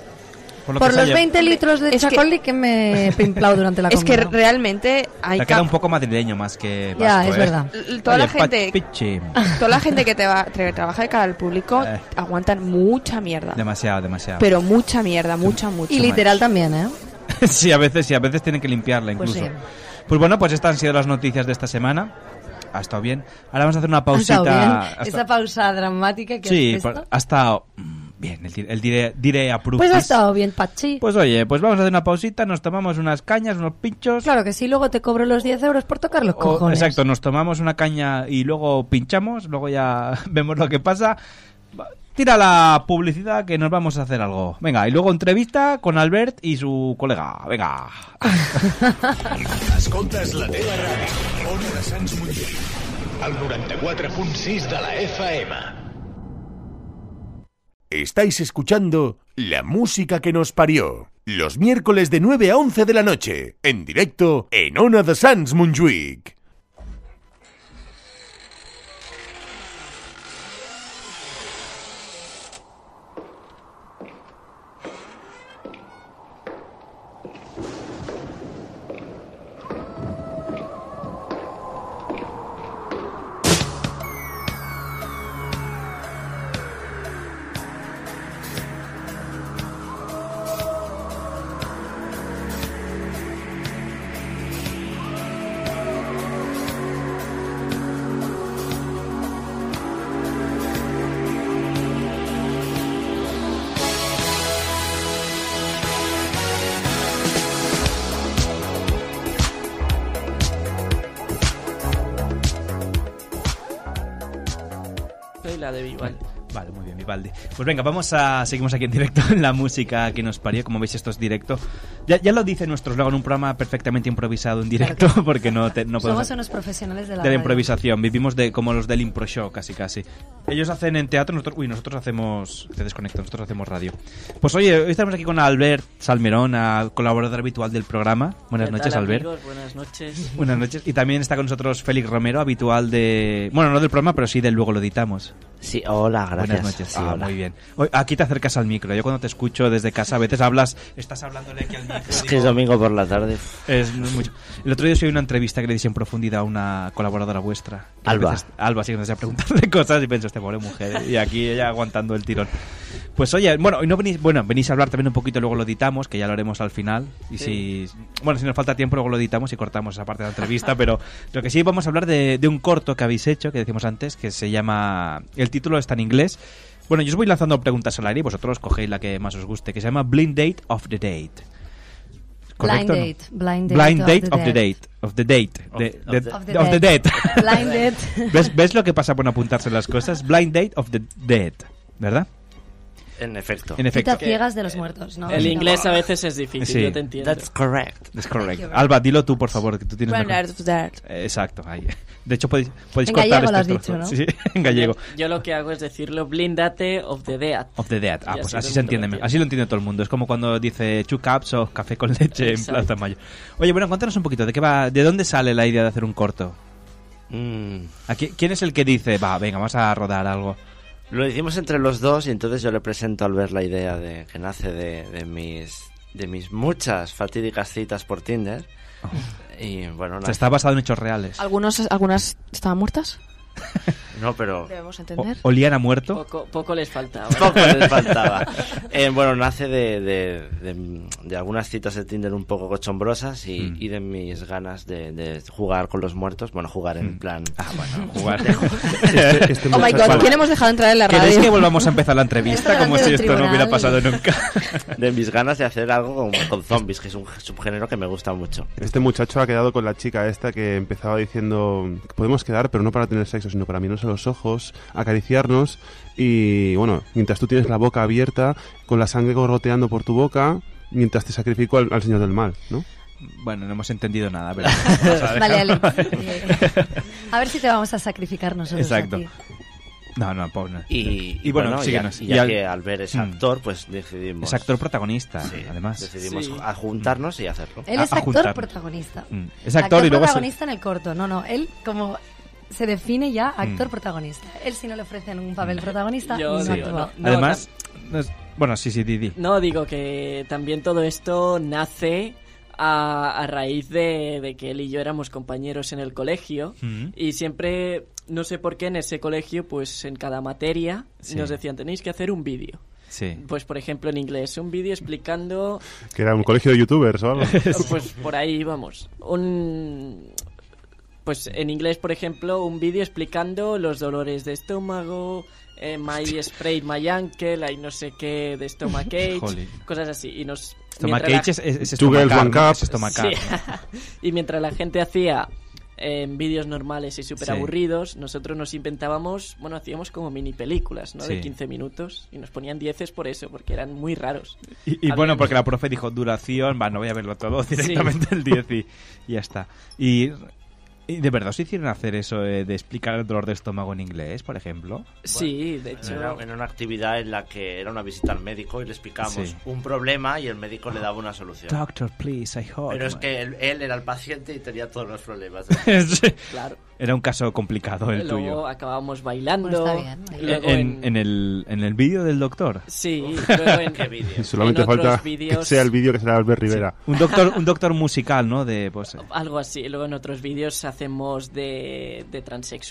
lo Por que se los haya- 20 litros de es que- chácoli que... me he pimplado durante la es comida. que realmente hay Te que... queda un poco madrileño más que. Ya, vasco, es ¿eh? verdad. L- Toda la Oye, pa- gente... pichi. Toda la gente que te va, tra- trabaja de cara al público Eh. aguantan mucha mierda. Demasiado, demasiado. Pero mucha mierda, mucha, mucha. Y literal también, ¿eh? sí, a veces, sí, a veces tienen que limpiarla Pues incluso. Pues, sí. bueno, pues estas han sido las noticias de esta semana. Ha estado bien. Ahora vamos a hacer una Ha estado bien. pausita. Ha Esa estado- pausa dramática que sí, has pa- puesto. ha estado mm, bien. El, dire- el dire, diré a Pues ha Prufis. estado bien, Pachi. Pues oye, pues vamos a hacer una pausita, nos tomamos unas cañas, unos pinchos. Pues claro que sí, luego te cobro los 10 euros por tocar los O- cojones. Oh, exacto, nos tomamos una caña y luego pinchamos, luego ya vemos lo que pasa. Va, Tira la publicidad que nos vamos a hacer algo. Venga, y luego entrevista con Albert y su colega. Venga. Escoltes la teva ràdio. Ona de Sants Montjuïc. El 94.6 de la FM. Estáis escuchando la música que nos parió. Los miércoles de 9 a 11 de la noche. En directo en Ona de Sants Montjuïc. Soy la de Vivaldi. Vale, muy bien, Vivaldi. Pues venga, vamos a. Seguimos aquí en directo en la música que nos parió. Como veis, esto es directo. Ya, ya lo dice nuestro slogan, un programa perfectamente improvisado en directo, porque no, te- no podemos. Somos unos profesionales de la de la radio. improvisación. Vivimos de como los del impro show, casi casi. Ellos hacen en teatro, nosotros, uy, nosotros hacemos, te desconecto, nosotros hacemos radio. Pues oye, hoy estamos aquí con Albert Salmerón, a- colaborador habitual del programa. Buenas ¿Qué noches, tal, Albert. amigos? Buenas noches. Buenas noches. Y también está con nosotros Félix Romero, habitual de, bueno, no del programa, pero sí del luego lo editamos. Sí, hola, Ah, gracias. Buenas noches. sí, Hola. muy bien. Hoy- aquí te acercas al micro. Yo cuando te escucho desde casa a veces hablas, estás hablándole aquí al micro. Es que digo, es domingo por la tarde. es mucho. El otro día os oí una entrevista que le hice en profundidad a una colaboradora vuestra. Que Alba. a veces- Alba, sí, que nos hacía preguntarle cosas y pensó, este pobre mujer. Y aquí ella aguantando el tirón. Pues oye, bueno, hoy no venís, bueno, venís a hablar también un poquito, luego lo editamos, que ya lo haremos al final. Y si, bueno, si nos falta tiempo, luego lo editamos y cortamos esa parte de la entrevista. pero lo que sí vamos a hablar de, de un corto que habéis hecho, que decimos antes, que se llama. El título está en inglés. Bueno, yo os voy lanzando preguntas al aire y vosotros cogéis la que más os guste, que se llama Blind Date of the Date. Blind ¿Correcto o no? date, blind date. Blind of date the of the dead. date. Of the date. de- of de- the- Of the dead. Blind date. ¿Ves, ves lo que pasa por no apuntarse las cosas? Blind date of the dead. ¿Verdad? En efecto. En efecto. Citas ciegas de los muertos, ¿no? El inglés a veces es difícil, Sí. yo te entiendo. That's correct. Es correcto. Alba, dilo tú, por favor, que tú tienes Run mejor- out of that. Eh, Exacto, ahí. De hecho, podéis, podéis En cortar gallego lo este has trozo. Sí, dicho, ¿no? sí, en gallego. Yo lo que hago es decirlo blindate of the dead. Of the dead. Ah, Y pues así todo así el mundo lo se entiende. entiende. Así lo entiende todo el mundo. Es como cuando dice two cups o café con leche en Exacto. Plaza Mayor. Oye, bueno, cuéntanos un poquito. ¿De qué va? ¿De dónde sale la idea de hacer un corto? Mm. ¿A qui- ¿Quién es el que dice, va, venga, vamos a rodar algo? Lo hicimos entre los dos y entonces yo le presento al ver la idea de que nace de, de mis de mis muchas fatídicas citas por Tinder. Y bueno, O una- sea, está basado en hechos reales. Algunos, algunas estaban muertas, no, pero debemos O- entender. ¿Olían a muerto? Poco, poco les falta. poco les faltaba. Eh, bueno, nace de, de- de- de algunas citas de Tinder un poco cochombrosas y, Mm. y de mis ganas de, de jugar con los muertos. Bueno, jugar en plan. Ah, bueno, jugar. Este, este Oh my muchacho- god, ¿quién hemos dejado entrar en la ¿Queréis radio? que volvamos a empezar la entrevista Esto como delante si del esto no hubiera pasado tribunal. nunca? De mis ganas de hacer algo con, con zombies, que es un subgénero que me gusta mucho. Este muchacho ha quedado con la chica esta que empezaba diciendo que podemos quedar, pero no para tener sexo, sino para mirarnos a los ojos, acariciarnos y, bueno, mientras tú tienes la boca abierta, con la sangre gorgoteando por tu boca, mientras te sacrifico al, al señor del mal, ¿no? Bueno, no hemos entendido nada, pero... Vale, Alex. A ver si te vamos a sacrificar nosotros. a Exacto. ti. No, no, Powner. Y, Y bueno, ya- síguenos. y Y ya, al- que al ver ese Mm. actor, pues decidimos. Es actor protagonista, además. Decidimos Sí. a juntarnos y hacerlo. Él A- es a actor juntar. protagonista. Mm. Es actor y luego se- protagonista en el corto. No, no, él como se define ya actor Mm. protagonista. Él si no le ofrecen un papel protagonista, Yo no digo, actúa. no, Además, no es- bueno, sí, sí, Didi. No, digo que también todo esto nace a, a raíz de, de que él y yo éramos compañeros en el colegio Mm. y siempre, no sé por qué, en ese colegio, pues en cada materia Sí. nos decían tenéis que hacer un vídeo. Sí. Pues por ejemplo en inglés, un vídeo explicando, Que era un colegio de youtubers o algo. pues por ahí vamos, un... Pues en inglés, por ejemplo, un vídeo explicando los dolores de estómago, eh, my spray, my ankle, hay no sé qué de stomachache, Jolín. cosas así. Y nos... mientras la- Stomacage es, es, es Two girls, estomacal, one ¿no? cup. Es estomacal. Sí. y mientras la gente hacía eh, vídeos normales y súper aburridos, nosotros nos inventábamos, bueno, hacíamos como mini películas, ¿no? Sí. De 15 minutos y nos ponían dieces por eso, porque eran muy raros. Y, y Había bueno, un- porque la profe dijo duración, va, no voy a verlo todo, directamente el 10 y, y ya está. Y, y de verdad os hicieron hacer eso eh, de explicar el dolor de estómago en inglés, por ejemplo. sí, de hecho... Era, era una actividad en la que era una visita al médico y le explicábamos Sí. un problema y el médico le daba una solución. Doctor, please, I hope. Pero es que él, él era el paciente y tenía todos los problemas. ¿no? Sí. Claro. Era un caso complicado el luego tuyo. acabábamos bailando. Bueno, está bien, ahí. luego En, en el, en el vídeo del doctor. Sí, luego en... Qué vídeo. Y solamente En otros falta que vídeos- sea el vídeo que será Albert Rivera. Un doctor, un doctor musical, ¿no? De, pues, eh, Algo así. Luego en otros vídeos hacemos de, de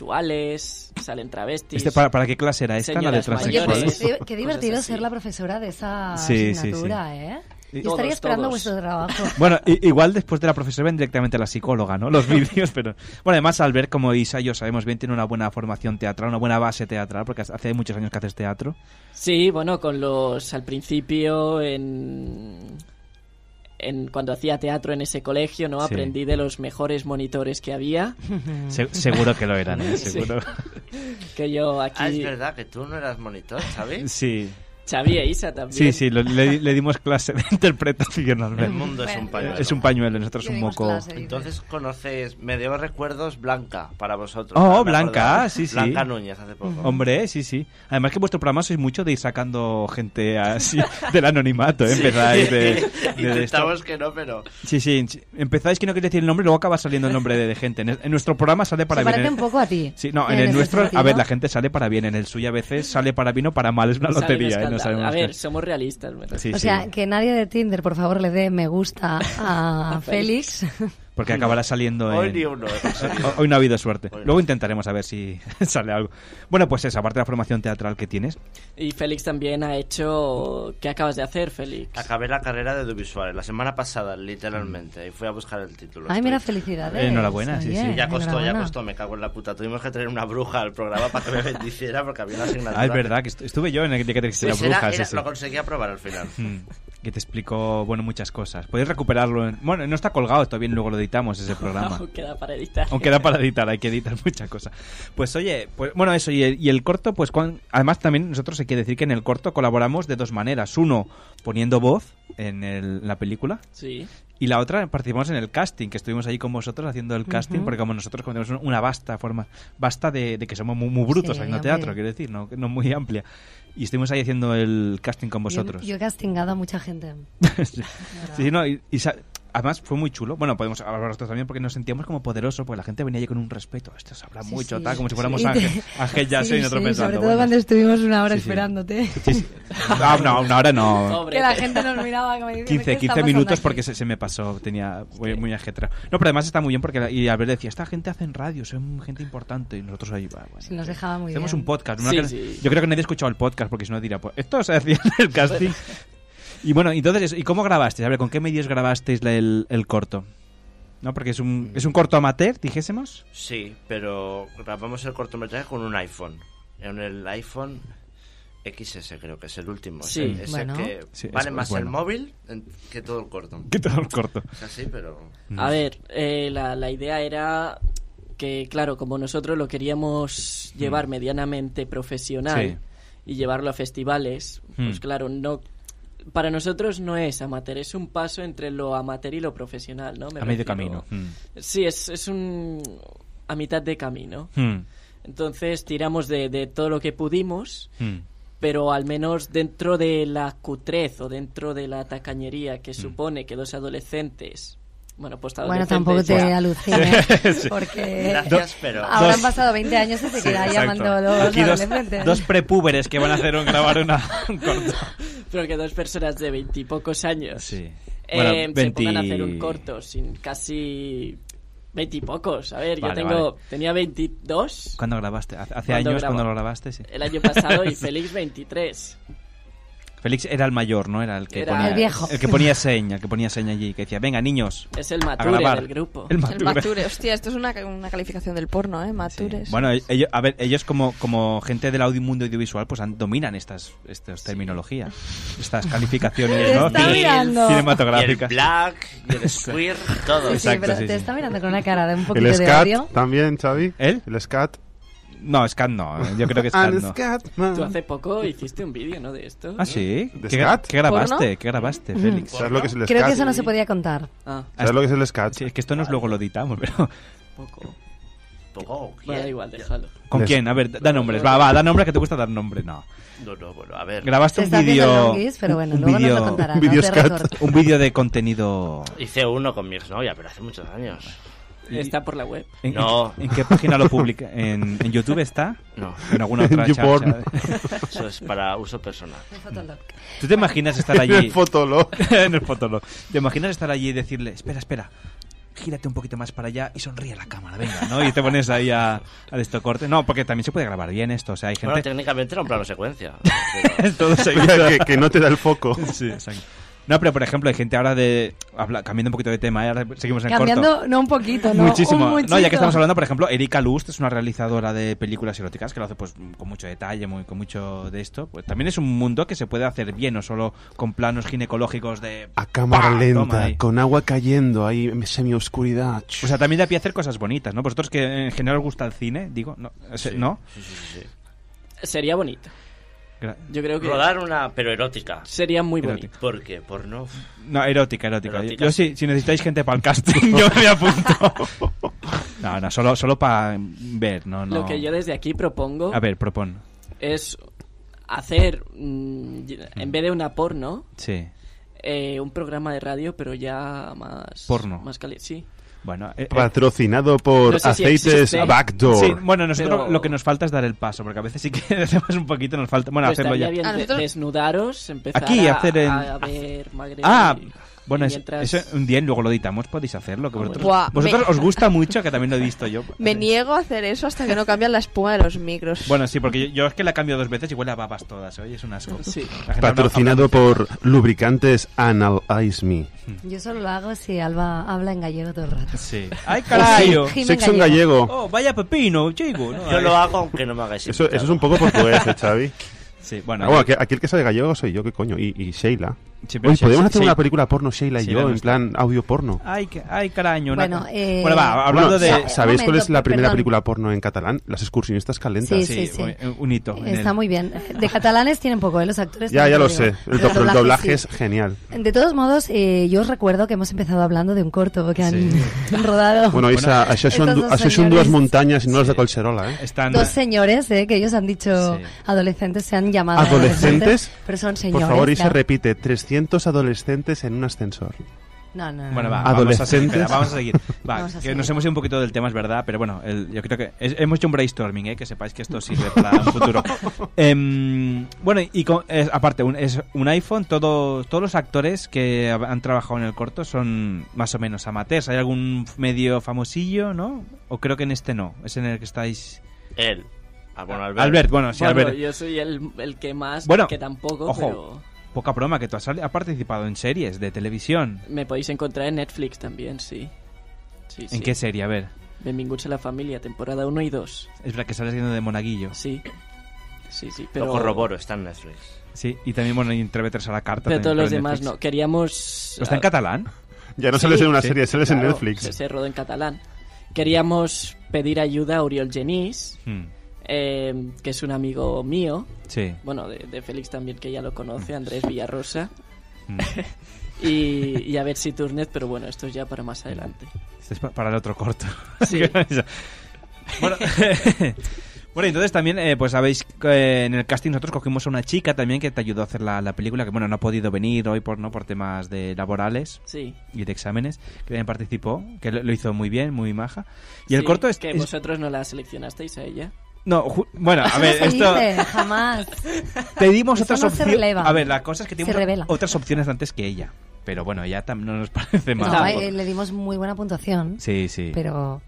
transexuales, salen travestis. este, ¿para, ¿Para qué clase era esta? La de Señoras mayores. Oye, pero transexuales. qué, qué divertido Cosas así. ser la profesora de esa Sí, sí, sí. asignatura, ¿eh? Yo Todos, estaría esperando todos. vuestro trabajo. Bueno, i- igual después de la profesora ven directamente a la psicóloga, ¿no? Los vídeos, pero... Bueno, además Albert, como Isa y yo sabemos bien, tiene una buena formación teatral, una buena base teatral, porque hace muchos años que haces teatro. Sí, bueno, con los al principio en, en cuando hacía teatro en ese colegio, ¿no? Sí. Aprendí de los mejores monitores que había, Se- seguro que lo eran, ¿eh? Seguro. que yo Ah, es aquí verdad que tú no eras monitor, Sí, ¿sabes? sí, Xavi e Isa también. sí, lo- le, le dimos clase de interpretación al El Albert. mundo es un pañuelo. Es un pañuelo, nosotros Le un dimos moco... clase, dice. Entonces conoces, me dio recuerdos Blanca para vosotros. Oh, Ahora me Blanca, acordaba. sí, sí. Blanca Núñez hace poco. Hombre, sí, sí. Además que en vuestro programa sois mucho de ir sacando gente así del anonimato, ¿eh? Empezáis de, de- de esto. Intentamos Pues que no, pero. Sí, sí. sí. Empezáis que no queréis decir el nombre, luego acaba saliendo el nombre de, de gente. En, en nuestro programa sale para Se bien. parece en- un poco a ti. Sí, no, en, el ese nuestro, a sentido. ver, la gente sale para bien, en el suyo a veces sale para bien o para mal, es una Salen lotería, ¿eh? No escaldados. sabemos a qué- ver, somos realistas, ¿verdad? Sí, O sí, sea, que nadie de Tinder, por favor, le dé me gusta a A Félix. porque acabará saliendo Hoy en- ni uno. ¿eh? Hoy- Hoy no ha habido suerte. Hoy no. Luego intentaremos a ver si sale algo. Bueno, pues eso, aparte de la formación teatral que tienes. Ah, Y Félix también ha hecho ¿Qué acabas de hacer, Félix? Acabé la carrera de audiovisuales la semana pasada, literalmente, y fui a buscar el título. Ay, Estoy- mira, felicidades. Eh, enhorabuena, Está sí, sí. bien, Ya costó, ya enhorabuena. costó, me cago en la puta. Tuvimos que traer una bruja al programa para que me bendiciera porque había una asignatura. Ah, es verdad, que est- estuve yo en el día que te Sí, hiciste las era- brujas. era- ese. lo conseguí aprobar al final. Mm, Que te explicó, bueno, muchas cosas. Podéis recuperarlo. en- Bueno, no está colgado, todavía luego lo editamos ese programa. Aún queda para editar. Aunque era para editar, hay que editar mucha cosa. Pues oye, pues bueno, eso, y el, y el corto, pues cuan- además también nosotros hay que decir que en el corto colaboramos de dos maneras. Uno, poniendo voz en, el- en la película, Sí. y la otra, participamos en el casting, que estuvimos ahí con vosotros haciendo el casting, porque como nosotros como tenemos una vasta forma, vasta de, de que somos muy, muy brutos Sí, haciendo hombre. teatro, quiero decir, no, no muy amplia. Y estuvimos ahí haciendo el casting con vosotros. Yo, yo he castingado a mucha gente. sí, sí, no, y, y sa- además fue muy chulo. Bueno, podemos hablar nosotros también porque nos sentíamos como poderosos, porque la gente venía allí con un respeto. Esto sabrá Sí, mucho, sí. tal, como si fuéramos Sí, te- Ángel, Ángel ya sí, y nosotros sí, pensando. Sobre todo bueno, cuando estuvimos una hora Sí, sí. esperándote. sí, sí. Ah, no, no, ahora no. Pobre Que la Félix. gente nos miraba como diciendo, ¿qué 15, está 15 pasando minutos aquí? porque se, se me pasó, tenía voy muy ajetrado. No, pero además está muy bien porque la- y Albert decía, esta gente hace en radio, son gente importante y nosotros ahí va, bueno, Sí, nos dejaba muy Hacemos bien. un podcast. una Sí, que- sí. Yo creo que nadie ha escuchado el podcast porque si no dirá, pues esto se hacía en el casting. y bueno, entonces, ¿y cómo grabasteis? A ver, ¿con qué medios grabasteis la- el, el corto? ¿No? Porque es un, Mm. es un corto amateur, dijésemos. Sí, pero grabamos el cortometraje con un iPhone. En el iPhone XS creo que es el último. Sí. Es el- es el Bueno. que Sí, es- vale es más bueno. el móvil en- que todo el corto. ¿Qué tal el corto? Es así, pero... A ver, eh, la, la idea era que, claro, como nosotros lo queríamos Mm. llevar medianamente profesional y llevarlo a festivales, pues Mm. claro, no para nosotros no es amateur, es un paso entre lo amateur y lo profesional, ¿no? Me A medio refiero- camino. Mm. Sí, es, es un... a mitad de camino. Mm. Entonces tiramos de, de todo lo que pudimos, Mm. pero al menos dentro de la cutrez o dentro de la tacañería Mm. que supone que dos adolescentes... Bueno, pues Bueno, tampoco te adolescentes- alucines, Sí. porque Gracias, pero- ahora Dos- han pasado 20 años y se Sí, queda exacto. llamando los Aquí dos, adolescentes. dos prepúberes que van a hacer un, grabar una, un corto. Pero que dos personas de veintipocos años Sí. eh, Bueno, se pongan a hacer 20. un corto sin casi veintipocos. A ver, Vale, yo tengo vale. tenía 22 ¿Cuándo grabaste? ¿Hace hace ¿Cuándo años grabo? cuando lo grabaste? Sí. el año pasado y Félix 23. Félix era el mayor, ¿no? Era el que Era- ponía... El viejo. que ponía seña, el que ponía seña allí, que decía, venga, niños. Es el a mature grabar". del grupo. El El mature. mature. Hostia, esto es una, una calificación del porno, ¿eh? Matures. Bueno, ellos, a ver, ellos como, como gente del audio mundo audiovisual, pues han- dominan estas, estas terminologías, estas calificaciones, Te ¿no? está Cine- mirando. Y el Cinematográficas. black, y el squeer, todo. Sí, sí, Exacto, pero sí, te sí. está mirando con una cara de un poquito El de scat odio. también, Xavi. ¿El? El scat. No, Scat no, eh, yo creo que Ah, Scat And no. scat, man. Tú hace poco hiciste un vídeo, ¿no? De esto. Ah, sí. ¿De ¿Qué, Scat? qué grabaste? ¿Porno? ¿Qué grabaste, Félix? ¿Sabes lo que es el Creo scat? que eso no se podía contar. Ah, ¿Sabes lo que es el scat? Sí, es que esto nos luego lo editamos, pero. poco. Poco, Bueno, da igual, déjalo. ¿Con Les- quién? A ver, da nombres. Va, va, da nombres que te gusta dar nombre. No. No, no, bueno, a ver. Grabaste Se un está haciendo vídeo. longuis, pero bueno, un luego nos lo vídeo- contará. un no vídeo te scat. retuerces. Un vídeo de contenido. Hice uno con mi exnovia, pero hace muchos años. Está por la web. ¿En, No. ¿en qué página lo publica? ¿En, en YouTube está? No, ¿En alguna otra En charla? YouPorn. eso es para uso personal. Un fotolog. ¿Tú te imaginas estar allí? El fotolog. en el fotolog. ¿Te imaginas estar allí y decirle, espera, espera, gírate un poquito más para allá y sonríe a la cámara, venga, ¿no? Y te pones ahí a, al esto corte. No, porque también se puede grabar bien esto, o sea, hay Bueno, gente... técnicamente era un plano secuencia. Todo seguido. que, que no te da el foco. Sí, exacto. No, pero por ejemplo, hay gente ahora de... habla- cambiando un poquito de tema, ¿eh? ahora seguimos en corto. Cambiando, no un poquito, no. Muchísimo. no, ya Un que muchito. estamos hablando, por ejemplo, Erika Lust es una realizadora de películas eróticas que lo hace pues con mucho detalle, muy con mucho de esto. Pues también es un mundo que se puede hacer bien, no solo con planos ginecológicos de A cámara ¡Pah! Toma lenta, ahí. con agua cayendo ahí en semioscuridad. O sea, también da pie a hacer cosas bonitas, ¿no? Vosotros que en general os gusta el cine, digo, ¿no? O sea, ¿no? Sería bonito. Gra- Yo creo que Rodar una, pero erótica. sería muy bonito. Erótico. ¿Por qué? Porno. No, erótica, erótica. Erótica. Yo sí, si necesitáis gente para el casting, yo me apunto. No, no, solo, solo para ver, no, no. Lo que yo desde aquí propongo A ver, propon. es hacer, mm, en vez de una porno, Sí. eh, un programa de radio, pero ya más... Porno. Más cali sí. Bueno, eh, eh, Patrocinado por No sé si aceites existe. Backdoor. sí, bueno, nosotros Pero- lo que nos falta es dar el paso, porque a veces sí que hacemos un poquito, nos falta. Bueno, Pero hacerlo Pues estaría ya. bien ¿A de- nosotros? desnudaros, empezar Aquí, a, hacer en- a ver Magreb Ah, y- bueno, y es- mientras- Ah, eso un día y luego lo editamos, podéis hacerlo. Que vosotros Buah, vosotros me- os gusta mucho, que también lo he visto yo. Me Sí. niego a hacer eso hasta que no cambian la espuma de los micros. Bueno, sí, porque yo, yo es que la cambio dos veces y huele a babas todas. Oye, es un asco. Sí. La gente habla- Patrocinado por lubricantes Analyze Me. Yo solo lo hago si Alba habla en gallego todo el rato. Sí. ¡Ay, carajo! Jimen Sexo en gallego. ¡Oh, vaya pepino, chico! ¿no? Yo lo hago aunque no me hagáis Eso, invitado. eso es un poco portugués, eh, Xavi. Sí, bueno. Ah, bueno, aquí, aquí el que sabe gallego soy yo, ¿qué coño? Y, y Sheila. sí, pero Oye, sí, podemos sí, hacer sí. una película porno Sheila y Sheila yo, no en está. plan audio porno. ¡Ay, ca- ay carajo! Bueno, eh, bueno, va, Ah, hablando Bueno, de. sa- ¿Sabéis Un cuál es momento, la primera perdón. película porno en catalán? Las excursionistas calentas. Sí, sí, sí. un- Un hito. en Está el- muy bien. De catalanes tienen poco, ¿eh? Los actores. Ya, tienen ya lo poco. sé. El, do- el doblaje es genial. sí. De todos modos, eh, yo os recuerdo que hemos empezado hablando de un corto que han Sí. rodado Bueno, Isa, això són, estos dos això són dues señores. muntanyes i no les de Collserola, eh? Están. dos señores, eh, que ellos han dicho Sí. adolescentes, se han llamado ¿Adolescentes? pero son Por señores. favor, Isa, claro. repite, 300 adolescentes en un ascensor. No, no, no. Bueno, va, vamos a, seguir, Adolescentes. espera, vamos a seguir. Va, Vamos a que seguir. nos hemos ido un poquito del tema, es verdad, pero bueno, el- yo creo que es- hemos hecho un brainstorming, ¿eh? que sepáis que esto sirve para un futuro. Em, bueno, y con- es- aparte, un, es un iPhone, todo, todos los actores que hab- han trabajado en el corto son más o menos amateurs. ¿Hay algún medio famosillo, no? O creo que en este no, es en el que estáis... Él. Ah, bueno, Albert. Albert, bueno, sí, Bueno, Albert. yo soy el, el que más, Bueno, que tampoco, ojo. pero Poca broma, que tú has, has participado en series de televisión. me podéis encontrar en Netflix también, sí. sí ¿En qué serie? A ver. Benvinguts a la familia, temporada 1 y 2. Es verdad que sales siendo de monaguillo. Sí. Sí, sí, pero... Lo corroboro, está en Netflix. Sí, y también, bueno, Intreveters a la carta. Pero también, todos los en demás Netflix. no. Queríamos... ¿No está en ah, catalán? Ya no Sí, sales en una sí, serie, sales en claro, Netflix. Se, se rodó en catalán. Queríamos pedir ayuda a Oriol Genís, eh, que es un amigo mío, Hmm. Sí. bueno, de, de Félix también, que ya lo conoce, Andrés Villarrosa, Hmm. Este y, y a Betsy Turnet, pero bueno, esto es ya para más adelante. Este es pa- para el otro corto. Sí. bueno, Bueno, entonces también, eh, pues sabéis, que, eh, en el casting nosotros cogimos a una chica también que te ayudó a hacer la, la película, que bueno, no ha podido venir hoy por no por temas de laborales Sí. y de exámenes, que también participó, que lo, lo hizo muy bien, muy maja. Y el Sí, corto es... Que es- vosotros no la seleccionasteis a ella. No, ju- bueno, a ver, No se esto... dice, jamás. Te dimos Eso otras no se opciones. releva. A ver, la cosa es que dimos Se revela. otras opciones antes que ella. Pero bueno, ella tam- no nos parece mal. No, eh, le dimos muy buena puntuación. Sí, sí. Pero,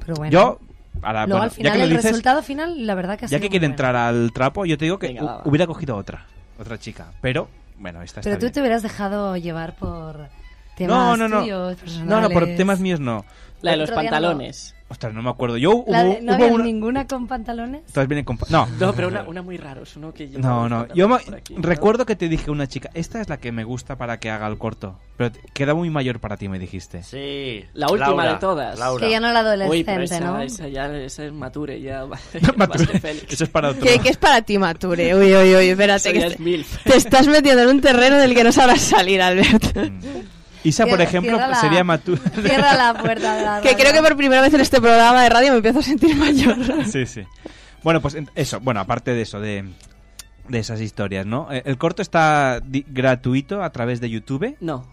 pero bueno. Yo, a la- Luego bueno, al ya final, que lo el dices, resultado final, la verdad que ya ha sido que muy quiere bueno. entrar al trapo, yo te digo que Venga, hu- va, va. hubiera cogido otra, otra chica. Pero bueno, esta Pero está tú bien. te hubieras dejado llevar por No, temas no, no. tuyos, personales. No, no, por temas míos no. La de El los otro día no. pantalones. Ostras, no me acuerdo. Yo hubo, La de- ¿No hubo había una- ninguna con pantalones? Todas vienen con pa- No. No, pero una, una muy raros, uno que No, no. Yo me- recuerdo que te dije una chica, esta es la que me gusta para que haga el corto. Pero te- queda muy mayor para ti, me dijiste. Sí. La última Laura, de todas. Laura. Que ya no era Uy, adolescente, pero esa, ¿no? esa ya esa es mature, ya. Mature. Vázquez Félix. Eso es para otro. ¿Qué, qué es para ti, Mature? Uy, uy, uy, Eso espérate. ya Que es te, milf. te estás metiendo en un terreno del que no sabrás salir, Albert. Mm. Isa, por Cierra- ejemplo, cierra la- sería Matú. Cierra la puerta de la Que radio. creo que por primera vez en este programa de radio me empiezo a sentir mayor. Sí, sí. Bueno, pues en- eso, bueno, aparte de eso, de, de esas historias, ¿no? Eh, El corto está di- gratuito a través de YouTube. No.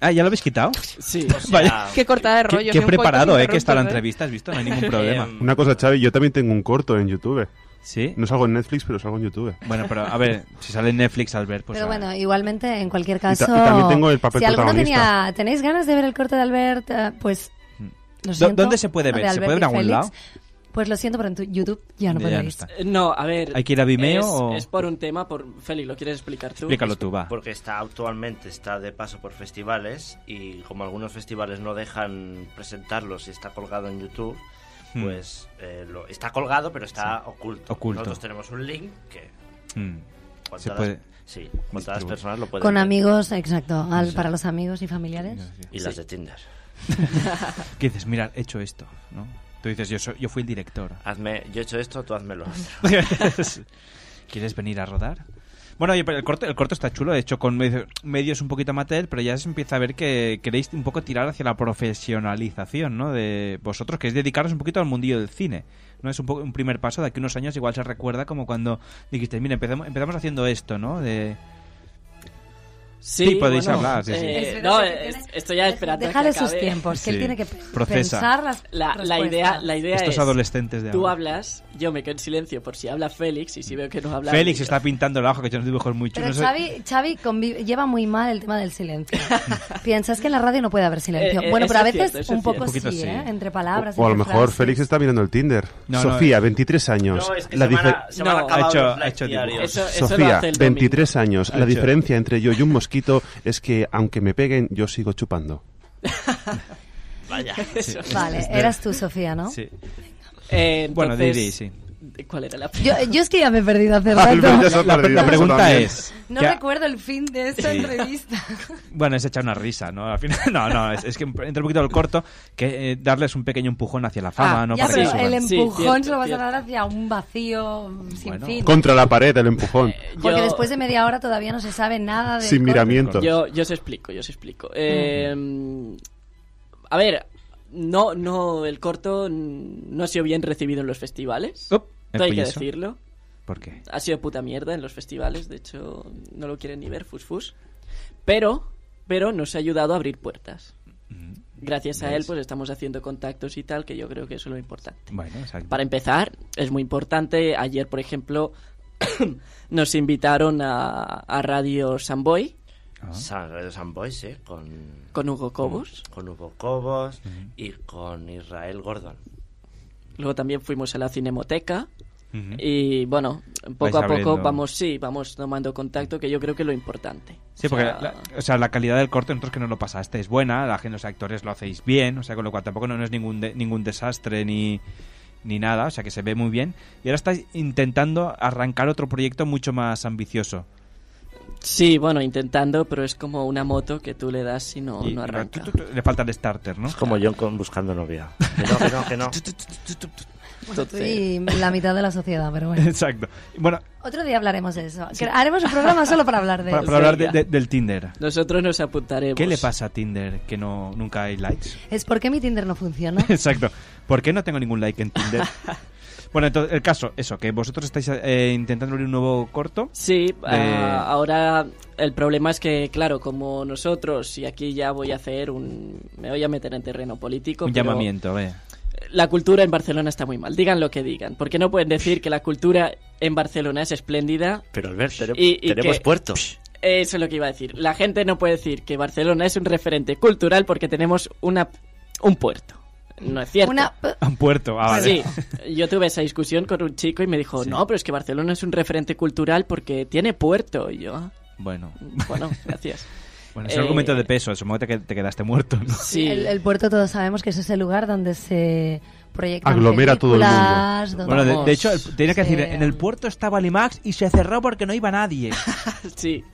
Ah, ¿ya lo habéis quitado? Sí. Vaya. Qué cortada de rollo. Qué, qué preparado, ¿eh? Que está la entrevista, has visto, no hay ningún problema. Em, Una cosa, Xavi, yo también tengo un corto en YouTube. ¿Sí? No salgo en Netflix, pero salgo en YouTube. Bueno, pero a ver, si sale en Netflix al ver, pues... Pero a ver. bueno, igualmente, en cualquier ta- y caso. también tengo el papel si alguno protagonista. tenía. ¿Tenéis ganas de ver el corte de Albert? Eh, Pues. lo ¿Dó- siento, dónde se puede ver? de ¿Se Albert puede ver en y algún Félix. lado? Pues lo siento, pero en tu YouTube ya no Ya podéis. no está. Eh, No, a ver. ¿Hay que ir a Vimeo es, o- es por un tema, por Félix, ¿lo quieres explicar tú? Explícalo tú, va. Porque está actualmente está de paso por festivales y como algunos festivales no dejan presentarlos y está colgado en YouTube, Hmm. pues eh, lo- está colgado pero está oculto. Oculto. Nosotros tenemos un link que Mm. Se cuantas, puede- sí, cuantas personas lo pueden Con ver. amigos, exacto. al- para los amigos y familiares. y las de Tinder. Que dices, mira, he hecho esto, ¿no? Tú dices, yo, soy- yo fui el director. Hazme, yo he hecho esto, tú hazme lo otro. ¿Quieres venir a rodar? Bueno, oye, pero el corto, el corto está chulo, de hecho, con medio- medios un poquito amateur, pero ya se empieza a ver que queréis un poco tirar hacia la profesionalización, ¿no? De vosotros, que es dedicaros un poquito al mundillo del cine, ¿no? Es un, poco, un primer paso, de aquí a unos años igual se recuerda como cuando dijiste, mira, empezamos, empezamos haciendo esto, ¿no? De... Sí, podéis hablar, sí, sí. eh, Es verdad no, que es- tiene- esto ya esperando. a Déjale que sus acabe. tiempos, que Sí. él tiene que pe- Procesa. pensar las La, la idea, respuestas. la idea Estos es. adolescentes de Tú ahora. hablas, yo me quedo en silencio por si habla Félix y si veo que no habla. Félix digo, está pintando el ajo, que ha hecho unos dibujos muy Pero chulos. Xavi, Xavi convive- lleva muy mal el tema del silencio. Piensas que en la radio no puede haber silencio. Eh, eh, bueno, pero a eso es veces cierto, eso es un poco cierto. Un poquito sí, sí. ¿eh? Entre palabras. O a lo entre mejor frases. Félix está mirando el Tinder. No, no, Sofía, 23 años. No, es que La se van a- difer- se van a No, acabar ha hecho- los ha likes hecho diarios. dibujos. Eso, eso lo Sofía, hace el domingo. 23 años. La Ocho. diferencia entre yo y un mosquito es que aunque me peguen, yo sigo chupando. Vaya. Eso. Vale, Este- eras tú, Sofía, ¿no? Sí. Eh, Bueno, entonces, Didi, sí. ¿Cuál era la Yo, yo es que ya me he perdido hace Albert ya se rato. ha La, perdido la eso pregunta también. es... No ¿qué ha- recuerdo el fin de esta Sí. entrevista. Bueno, es echar una risa, ¿no? Al final, no, no, es, es que entra un poquito al corto, que eh, darles un pequeño empujón hacia la fama, Ah, ¿no? ya, Para que pero suban. el Sí, empujón cierto, se lo vas a cierto. dar hacia un vacío sin Bueno. fin. Contra la pared, el empujón. Porque Yo- después de media hora todavía no se sabe nada de. Mm. Sin miramiento. Yo, yo os explico, yo os explico. Eh, A ver, no, no, el corto no ha sido bien recibido en los festivales. Op, Todo hay que ¿eso? decirlo. ¿Por qué? Ha sido puta mierda en los festivales, de hecho, no lo quieren ni ver, fus fus. Pero, pero nos ha ayudado a abrir puertas. Mm, Gracias a él, pues estamos haciendo contactos y tal, que yo creo que eso es lo importante. Bueno, exacto. Para empezar, es muy importante. Ayer, por ejemplo, nos invitaron a, a Radio Samboy Ah. San Radio San Boys, ¿eh? Con, con Hugo Cobos. con Hugo Cobos y con Israel Gordon. Mm. Luego también fuimos a la Cinemoteca. Ujú. Y bueno, Mm. Vais poco a abriendo. poco vamos, sí, vamos tomando contacto, que yo creo que es lo importante. Sí, O porque sea, la, o sea, la calidad del corte, nosotros que nos lo pasaste, es buena, la gente, los actores lo hacéis bien, o sea, con lo cual tampoco no, no es ningún, de- ningún desastre ni, ni nada, o sea, que se ve muy bien. Y ahora estáis intentando arrancar otro proyecto mucho más ambicioso. Sí, bueno, intentando, pero es como una moto que tú le das y no, Y- no y- arranca. tu- tu- tu- le falta el starter, ¿no? Es como yo con buscando novia. Que no, que no, que no. Y la mitad de la sociedad, pero bueno. Exacto. Bueno, Otro día hablaremos de eso. Que Haremos un programa solo para hablar de para, eso. para hablar de- de- del Tinder. Nosotros nos apuntaremos. ¿Qué le pasa a Tinder que no nunca hay likes? Es porque mi Tinder no funciona. Exacto. ¿Por qué no tengo ningún like en Tinder? bueno, entonces, el caso, eso, que vosotros estáis eh, intentando abrir un nuevo corto. Sí, de- ah, ahora el problema es que, claro, como nosotros, y aquí ya voy a hacer un... me voy a meter en terreno político. un pero llamamiento, ve. La cultura en Barcelona está muy mal, digan lo que digan, porque no pueden decir que la cultura en Barcelona es espléndida. Pero Albert, tene- Y- y tenemos que- puerto. Eso es lo que iba a decir. La gente no puede decir que Barcelona es un referente cultural porque tenemos una un puerto. No es cierto. Una Un puerto, ah, vale. Sí, yo tuve esa discusión con un chico y me dijo, no, pero es que Barcelona es un referente cultural porque tiene puerto. Y yo, "Ah, Bueno. bueno, gracias. Bueno, es Eh, un argumento de peso, es un momento que te quedaste muerto, ¿no? Sí. El, el puerto todos sabemos que es ese lugar donde se proyectan Aglomera todo el mundo. películas, donde- Bueno, de, de hecho, el- tenía que Sí. decir, en el puerto estaba Limax y se cerró porque no iba nadie. Sí.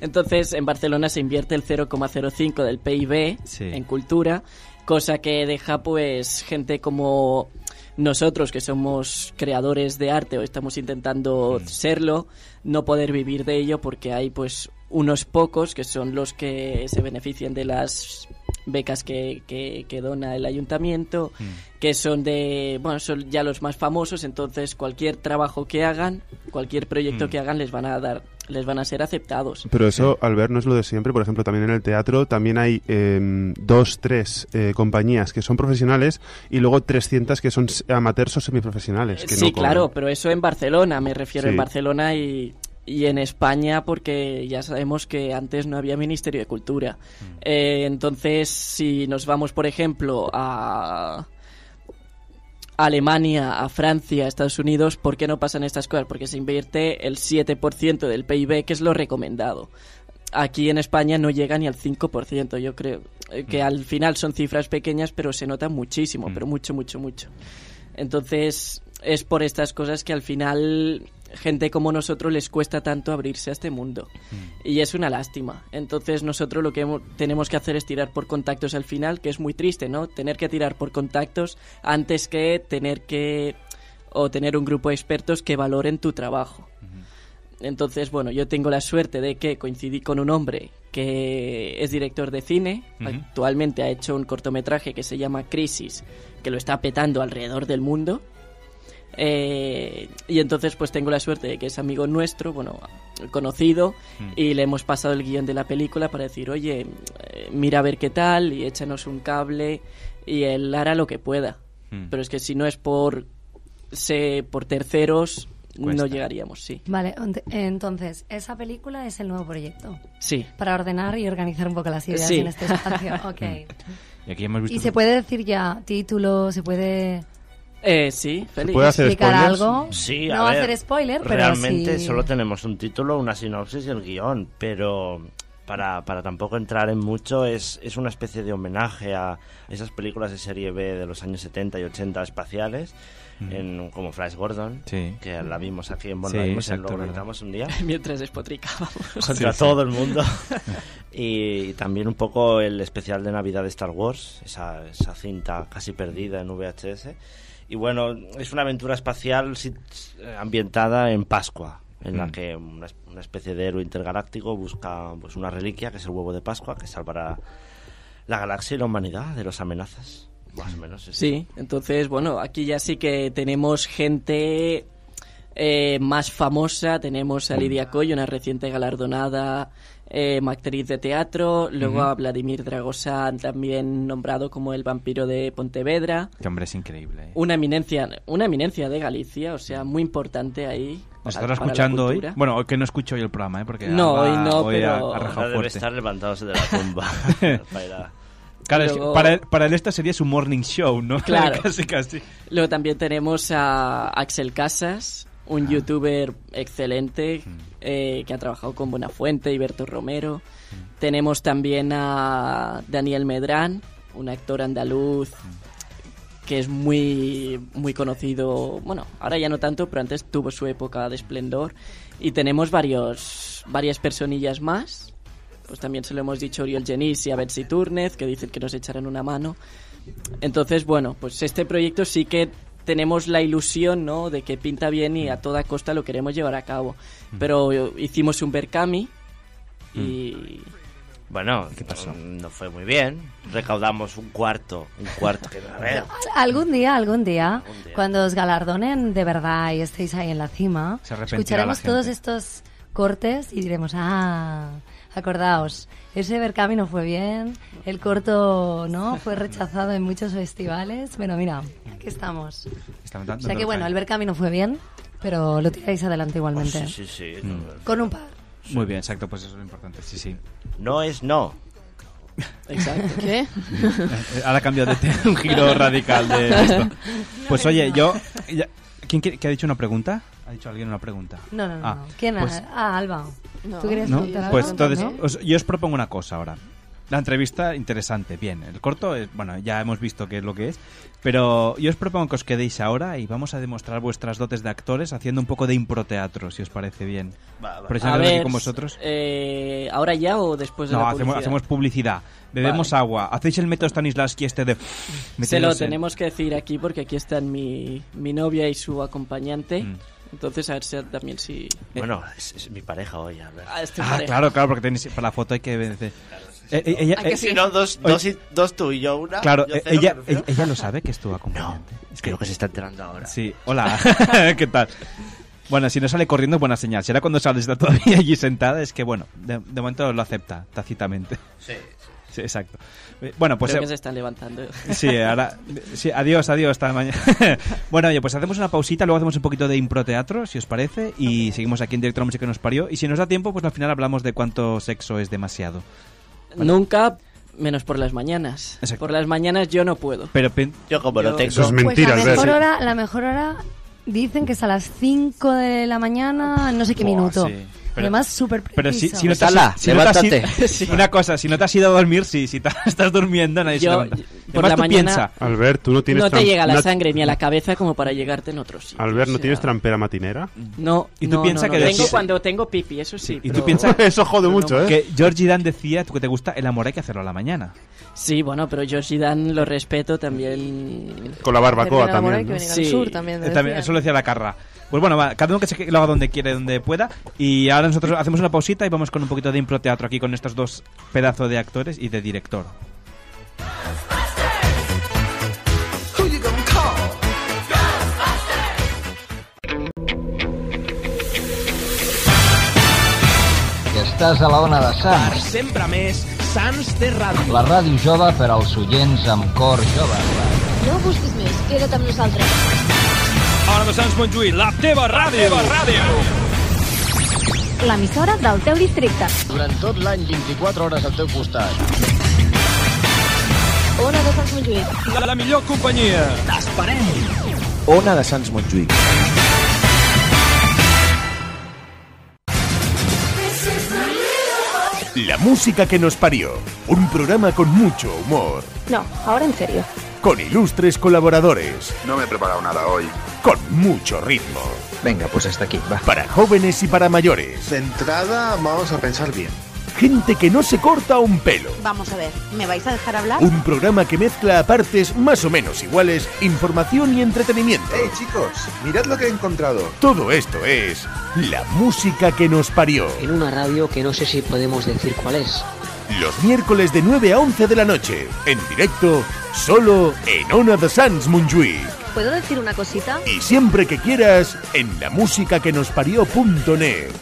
Entonces, en Barcelona se invierte el 0,05 del PIB Sí. en cultura, cosa que deja pues gente como nosotros que somos creadores de arte o estamos intentando serlo, no poder vivir de ello porque hay pues unos pocos que son los que se benefician de las becas que, que- que dona el ayuntamiento, que son de, bueno, son ya los más famosos, entonces cualquier trabajo que hagan, cualquier proyecto Mm. que hagan les van a dar, les van a ser aceptados. Pero eso, al ver, no es lo de siempre. Por ejemplo, también en el teatro también hay em, dos, tres eh, compañías que son profesionales y luego 300 que son s- amateurs o semiprofesionales. Que sí, no cobran. claro, pero eso en Barcelona, me refiero Sí. en Barcelona y, y en España, porque ya sabemos que antes no había Ministerio de Cultura. Mm. Eh, entonces, si nos vamos, por ejemplo, a Alemania, a Francia, a Estados Unidos, ¿por qué no pasan estas cosas? Porque se invierte el 7% del PIB, que es lo recomendado. Aquí en España no llega ni al 5%, yo creo. eh, Que Mm. al final son cifras pequeñas, pero se nota muchísimo, pero mucho, mucho, mucho. Entonces, es por estas cosas que al final gente como nosotros les cuesta tanto abrirse a este mundo. Y es una lástima. Entonces, nosotros lo que hemo- tenemos que hacer es tirar por contactos al final, que es muy triste, ¿no? Tener que tirar por contactos antes que tener que o tener un grupo de expertos que valoren tu trabajo. Entonces, bueno, yo tengo la suerte de que coincidí con un hombre que es director de cine, Ujú. actualmente ha hecho un cortometraje que se llama Crisis, que lo está petando alrededor del mundo. Eh, y entonces pues tengo la suerte de que es amigo nuestro, bueno, conocido, Mm. y le hemos pasado el guión de la película para decir, oye, eh, mira a ver qué tal y échanos un cable y él hará lo que pueda. Mm. Pero es que si no es por, se, por terceros, Cuesta. no llegaríamos, sí. Vale, ont- entonces, esa película es el nuevo proyecto. Sí. Para ordenar y organizar un poco las ideas Sí. en este espacio. Ok. Y aquí hemos visto ¿Y se puede decir ya título? ¿Se puede Eh, sí, Félix. puede hacer ¿Explicar spoilers? algo? Sí, No a ver, hacer spoiler, pero Realmente sí- solo tenemos un título, una sinopsis y el guión, pero para, para tampoco entrar en mucho, es, es una especie de homenaje a esas películas de serie B de los años 70 y 80 espaciales, Mm. en, como Flash Gordon, Sí. que la vimos aquí en Sí, Bueno, la vimos en exacto, Lo verdad. comentamos un día Mientras despotricábamos. Pues contra todo el mundo. y también un poco el especial de Navidad de Star Wars, esa, esa cinta casi perdida en VHS. Y bueno, es una aventura espacial si- eh, ambientada en Pascua, en la Mm. que una, es- una especie de héroe intergaláctico busca pues, una reliquia, que es el huevo de Pascua, que salvará la galaxia y la humanidad de las amenazas. Más o menos. es- Sí, entonces, bueno, aquí ya sí que tenemos gente eh, más famosa. Tenemos a Lidia Coy, una reciente galardonada eh, actriz de teatro. Luego Ujú. a Vladimir Dragosan, también nombrado como el vampiro de Pontevedra. Que hombre, es increíble. ¿eh? Una eminencia, una eminencia de Galicia, o sea, muy importante ahí. ¿Nos para- estará para la escuchando hoy? cultura. Bueno, hoy que no escucho hoy el programa, ¿eh? Porque No, va- hoy no, ha- pero- ha rajado Ahora debe fuerte. estar levantándose de la tumba. para ir a- Claro, es que Luego- para, él, para él esta sería su morning show, ¿no? Claro. casi, casi. Luego también tenemos a Axel Casas, un youtuber excelente eh, que ha trabajado con Buenafuente y Berto Romero. Tenemos también a Daniel Medrán, un actor andaluz que es muy, muy conocido, bueno, ahora ya no tanto, pero antes tuvo su época de esplendor. Y tenemos varios, varias personillas más. Pues también se lo hemos dicho a Oriol Genís y a Betsy Túrnez, que dicen que nos echarán una mano. Entonces, bueno, pues este proyecto sí que tenemos la ilusión ¿no? de que pinta bien y a toda costa lo queremos llevar a cabo. Mm. Pero eh, hicimos un Berkami y... Bueno, mm, no fue muy bien. Recaudamos un cuarto, un cuarto. que, a ver, Algún día, algún día, cuando os galardonen de verdad y estéis ahí en la cima, Se arrepentirá escucharemos la gente. todos estos cortes y diremos, ah, acordaos, ese Berkami no fue bien, el corto no fue rechazado en muchos festivales, pero mira, aquí estamos. Están O dando sea que otra bueno, vez. el Berkami no fue bien, pero lo tiráis adelante igualmente. Oh, sí, sí, sí. Mm. Con un par. Muy bien, exacto, pues eso es lo importante. Sí, sí. No es no. Exacto. ¿Qué? Eh, Ahora cambio de te- un giro radical de esto. Pues oye, yo. ya- ¿Quién quiere- que ha dicho una pregunta? ¿Ha dicho alguien una pregunta? No, no, no. Ah, no. ¿Quién? pues- ah, Alba. ¿Tú querías ¿No? preguntar Pues algo? entonces, ¿No? os- yo os propongo una cosa ahora. La entrevista, interesante, bien. El corto, es, bueno, ya hemos visto qué es lo que es. Pero yo os propongo que os quedéis ahora y vamos a demostrar vuestras dotes de actores haciendo un poco de improteatro, si os parece bien. Va, va. Aprovechando que A estoy ver, con vosotros. eh, ¿Ahora ya o después de No, la hacemos, publicidad? hacemos publicidad. Bebemos agua. Hacéis el método Stanislavski este de... Se lo meteros en- tenemos que decir aquí porque aquí están mi, mi novia y su acompañante. Mm. Entonces, a ver si también si... Eh. Bueno, es, es mi pareja hoy, a ver. Ah, este Ah, pareja. claro, claro, porque tenéis, para la foto hay que... vencer. Eh, eh, ella- Ah, que eh, si no, dos, oye, dos, y- dos tú y yo una. Claro, yo eh, cero, ella, me refiero. ella, ella lo sabe que es tu acompañante. Es que lo que se está enterando ahora. Sí, hola, ¿qué tal? Bueno, si no sale corriendo es buena señal. Será cuando sale está todavía allí sentada, es que bueno, de, de momento lo acepta tácitamente. Sí, Sí, exacto. Eh, Bueno, pues Creo eh, que se están levantando. sí, ahora sí, adiós, adiós hasta mañana. bueno, oye, pues hacemos una pausita, luego hacemos un poquito de improteatro, si os parece, y seguimos aquí en directo a la música que nos parió y si nos da tiempo, pues al final hablamos de cuánto sexo es demasiado. Nunca, menos por las mañanas. Por las mañanas yo no puedo. Pero pen- Yo como lo tengo- Eso es Pues mentira, la Albert. mejor Sí. hora, la mejor hora dicen que es a las 5 de la mañana, no sé qué Buah, minuto. sí. Pero- Además, súper Pero si, preciso. si no te has- si no te has ido- Una cosa, si no te has ido a dormir, si, si te- estás durmiendo, nadie Yo- se levanta. yo- por Además, la tú mañana- piensa, Albert, tú no tienes no te tram- llega la no- sangre ni a la cabeza como para llegarte en otros sitios. Albert, ¿no O sea, tienes trampera matinera? No, ¿Y tú no, piensa no, que no. de- Tengo cuando tengo pipi, eso sí. Y tú pero- piensas jode mucho, ¿eh? que Georgie Dan decía que te gusta el amor hay que hacerlo a la mañana. Sí, bueno, pero yo sí Dan lo respeto también. Con la barbacoa Pero el amor también, hay que ¿no? venir al sur también, Eh, también, eso lo decía la carra. Pues bueno, va, cada uno que se que lo haga donde quiere, donde pueda. Y ahora nosotros hacemos una pausita y vamos con un poquito de improteatro aquí con estos dos pedazos de actores y de director. Estàs a la ona de Per Sants, sempre més, Sants té ràdio. la ràdio jove per als oients amb cor jove. No ho busquis més, queda't amb nosaltres. Hora de Sants Montjuïc, la teva ràdio. La teva ràdio. L'emissora del teu districte. Durant tot l'any, 24 hores al teu costat. Ona de Sants Montjuïc. La, la millor companyia. T'esperem. Ona de Sants Montjuïc. La música que nos parió. Un programa con mucho humor. No, ahora en serio. Con ilustres colaboradores. No me he preparado nada hoy. Con mucho ritmo. Venga, pues hasta aquí, va. Para jóvenes y para mayores. De entrada, vamos a pensar bien. Gente que no se corta un pelo. Vamos a ver, ¿me vais a dejar hablar? Uh. Un programa que mezcla a partes más o menos iguales información y entretenimiento. Hey chicos, mirad lo que he encontrado. Todo esto es la música que nos parió. En una ràdio que no sé si podemos decir cuál es. Los miércoles de 9 a 11 de la noche. En directo, solo en Ona de Sans Montjuic. ¿Puedo decir una cosita? Y siempre que quieras, en la música que nos parió.net.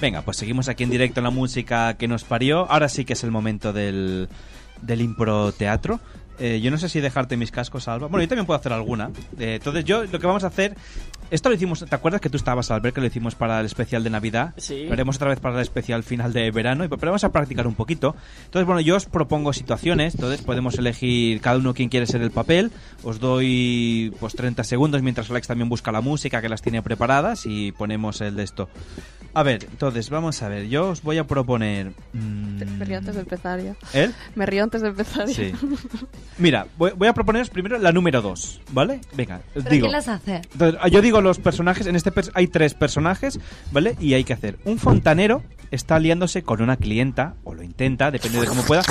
Venga, pues seguimos aquí en directo en la música que nos parió. Ahora sí que es el momento del, del improteatro. Eh, yo no sé si dejarte mis cascos, Alba. Bueno, yo también puedo hacer alguna. Eh, entonces, yo lo que vamos a hacer. Esto lo hicimos. ¿Te acuerdas que tú estabas, Albert, que lo hicimos para el especial de Navidad? Sí. Lo haremos otra vez para el especial final de verano. y- Pero vamos a practicar un poquito. Entonces, bueno, yo os propongo situaciones. Entonces, podemos elegir cada uno quien quiere ser el papel. Os doy pues 30 segundos mientras Alex también busca la música que las tiene preparadas y ponemos el de esto. A ver, entonces, vamos a ver. Yo os voy a proponer. mm, Me río antes de empezar ya. ¿El? Me río antes de empezar ya. Sí. Mira, voy, voy a proponeros primero la número 2, ¿vale? Venga, os ¿Pero digo. quién las hace? Entonces, ah, yo digo los personajes, en este pers- hay tres personajes, ¿vale? Y hay que hacer. Un fontanero está aliándose con una clienta, o lo intenta, depende de cómo pueda,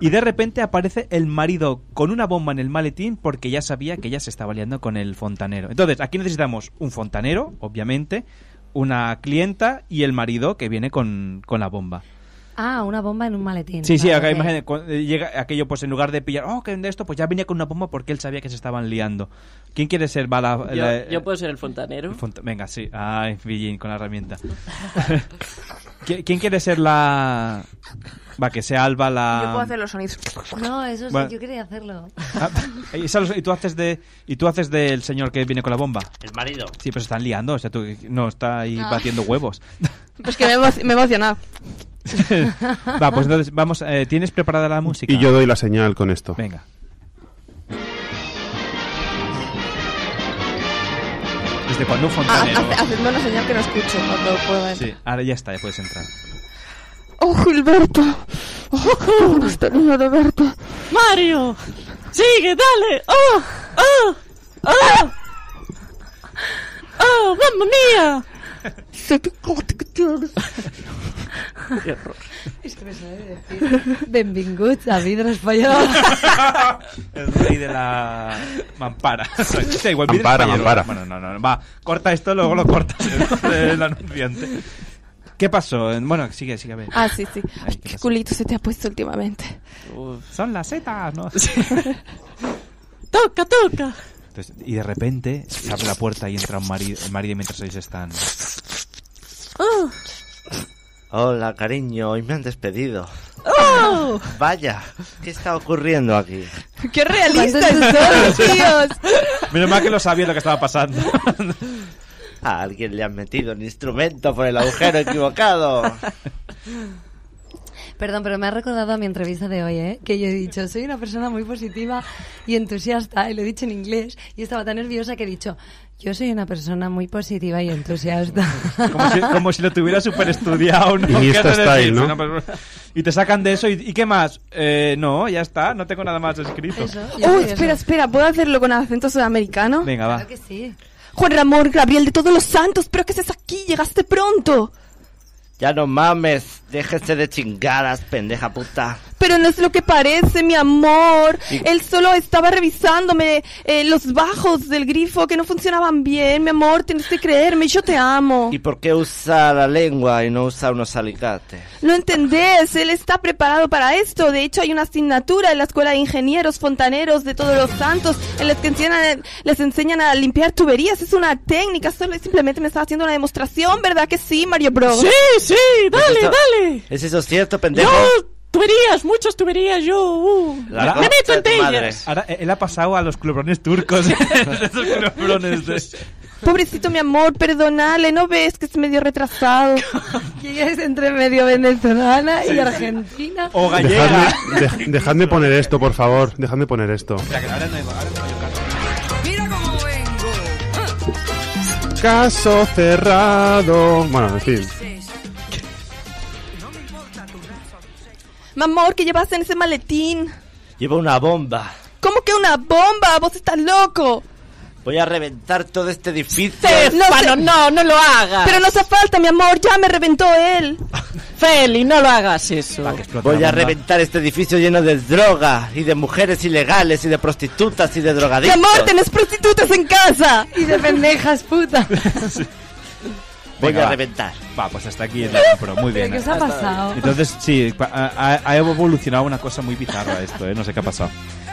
y de repente aparece el marido con una bomba en el maletín porque ya sabía que ella se estaba liando con el fontanero. Entonces, aquí necesitamos un fontanero, obviamente, una clienta y el marido que viene con, con la bomba. Ah, una bomba en un maletín. Sí, sí, Vale, acá ok. imagínate, cu- eh, llega aquello, pues en lugar de pillar, oh, que de esto, pues ya venía con una bomba porque él sabía que se estaban liando. ¿Quién quiere ser bala? la- Yo, yo puedo ser el ¿Mm? fontanero. Font- Venga, sí. Ay, Villín, con la herramienta. ¿Qui- ¿Quién quiere ser la...? Va, que sea Alba la... Yo puedo hacer los sonidos. No, eso sí, Bueno. yo quería hacerlo. Ah, eh, esa los- y tú haces de y tú haces del señor que viene con la bomba. El marido. Sí, pero se están liando, o sea, tú no está ahí Ah. batiendo huevos. Pues que me, emo- me he emocionado. Va, pues entonces vamos, eh, ¿tienes preparada la música? Y yo doy la señal con esto. Venga. Desde cuando un Ah, fontanero. hace- Hacedme una señal que no escucho cuando puedo. Sí, ahora ya está, ya puedes entrar. ¡Oh, Gilberto! ¡Oh, qué bueno está el niño de verte! ¡Mario! ¡Sigue, dale! ¡Oh! ¡Oh! ¡Oh! ¡Oh, mamma mía! ¡Qué picote que tienes! Qué horror. Es que me sabe decir. Benvinguts a Vidre Espanyol. El rey de la mampara. Da igual, mira, Mampara, español. mampara. Bueno, no, no, no, va, corta esto, luego lo cortas el, el anunciante. ¿Qué pasó? Bueno, sigue, sigue a ver. Ah, sí, sí. Ay, ¿qué qué pasó? culito se te ha puesto últimamente. Son las setas, ¿no? ¡Toca, toca! Entonces, y de repente se abre la puerta y entra un marido, el marido mientras ellos están. ¡Oh! Hola, cariño, hoy me han despedido. ¡Oh! Vaya, ¿qué está ocurriendo aquí? ¡Qué realistas son, tíos! Menos mal que lo sabía lo que estaba pasando. A alguien le han metido un instrumento por el agujero equivocado. Perdón, pero me ha recordado a mi entrevista de hoy, ¿eh? que yo he dicho, soy una persona muy positiva y entusiasta, y lo he dicho en inglés, y estaba tan nerviosa que he dicho, yo soy una persona muy positiva y entusiasta. Como si, como si lo tuviera súper estudiado, ¿no? Iniesta ¿Qué has de style, decir? ¿no? Una persona- Y te sacan de eso y, ¿y qué más. Eh, no, ya está, no tengo nada más escrito. ¡Oh, espera, espera! ¿Puedo hacerlo con acento sudamericano? Venga, va. que sí. Juan Ramón, Gabriel de todos los santos, pero que estés aquí, llegaste pronto. Ya no mames, déjese de chingadas, pendeja puta. Pero no es lo que parece, mi amor. Y- Él solo estaba revisándome eh, los bajos del grifo que no funcionaban bien, mi amor. Tienes que creerme, yo te amo. ¿Y por qué usa la lengua y no usa unos alicates? No entendés, él está preparado para esto. De hecho, hay una asignatura en la Escuela de Ingenieros Fontaneros de Todos los Santos en las que enseñan, les enseñan a limpiar tuberías. Es una técnica, solo simplemente me estaba haciendo una demostración, ¿verdad que sí, Mario Bro? ¡Sí, sí! ¡Dale, Eso- dale! ¿Es eso cierto, pendejo? ¡Yo! ¡Tuberías! ¡Muchas tuberías! ¡Yo! uh. La ¡Me concha meto de en tu madre. ellas! Ahora, eh, él ha pasado a los clubrones turcos. Esos clubrones de- Pobrecito, mi amor, perdonale, ¿no ves que es medio retrasado? Que es entre medio venezolana y argentina. O gallega. Dejadme, dej- dejadme poner esto, por favor. Dejadme poner esto. Caso cerrado. Bueno, en fin. Mi amor, ¿qué llevas en ese maletín? Llevo una bomba. ¿Cómo que una bomba? ¿Vos estás loco? Voy a reventar todo este edificio. Stefano, no, no lo hagas. Pero no hace falta, mi amor, ya me reventó él. Feli, no lo hagas eso. Explota Voy la a bomba. reventar este edificio lleno de droga y de mujeres ilegales y de prostitutas y de Mi drogadictos. amor, tenés prostitutas en casa. Y de pendejas, puta. Voy Venga, a va. reventar. Va, pues hasta aquí el Dani Pro, muy bien. ¿Qué os ha Hasta- pasado? Entonces, sí, pa- ha, ha evolucionado una cosa muy bizarra esto, ¿eh? No sé qué ha pasado.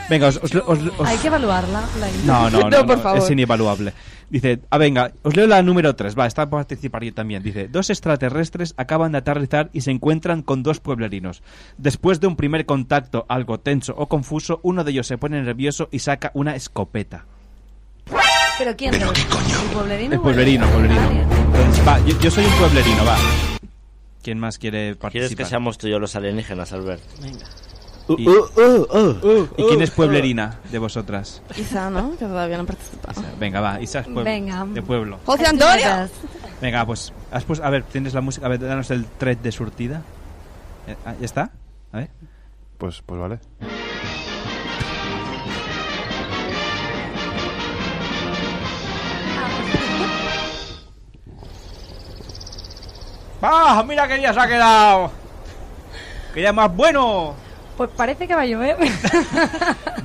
Venga, os... os- os- os- Hay que evaluarla. la- No, no, no, por no, favor. es inevaluable. Dice, ah, venga, os leo la número 3, va, está para participar yo también. Dice, dos extraterrestres acaban de aterrizar y se encuentran con dos pueblerinos. Después de un primer contacto algo tenso o confuso, uno de ellos se pone nervioso y saca una escopeta. ¿Pero quién? ¿Pero qué coño? ¿El pueblerino? El pueblerino, pueblerino. Entonces, va, yo, yo soy un pueblerino, va. ¿Quién más quiere participar? ¿Quieres que seamos tú y yo los alienígenas, Albert? Venga. ¿Y, ¿y quién es pueblerina de vosotras? Isa, ¿no? Que todavía no ha participado. Venga, va, Isa es pueblo, Venga. de pueblo. ¡José Antonio! Venga, pues, has puesto- a ver, tienes la música, a ver, danos el thread de surtida. Eh, ah, ¿Ya está? A ver. Pues, pues vale. ¡Ah, mira qué día se ha quedado! ¡Qué día más bueno! Pues parece que va a llover.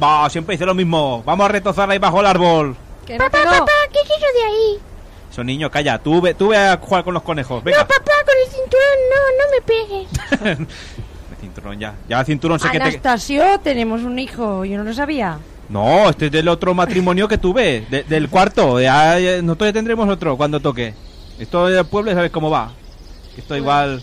Va, siempre dice lo mismo. Vamos a retozar ahí bajo el árbol. que no, que no. ¿qué quiero de ahí? Son niño, calla, tú ve, tú ve a jugar con los conejos. Venga, Papá, con el cinturón, no, no me pegues. cinturón ya. Ya cinturón Ah, sé que te... Anastasio, tenemos un hijo. Yo no lo sabía. No, este es del otro matrimonio que tuve, de- del cuarto. Ya, ya- nosotros ya tendremos otro cuando toque. Esto del pueblo, ¿sabes cómo va? Esto igual...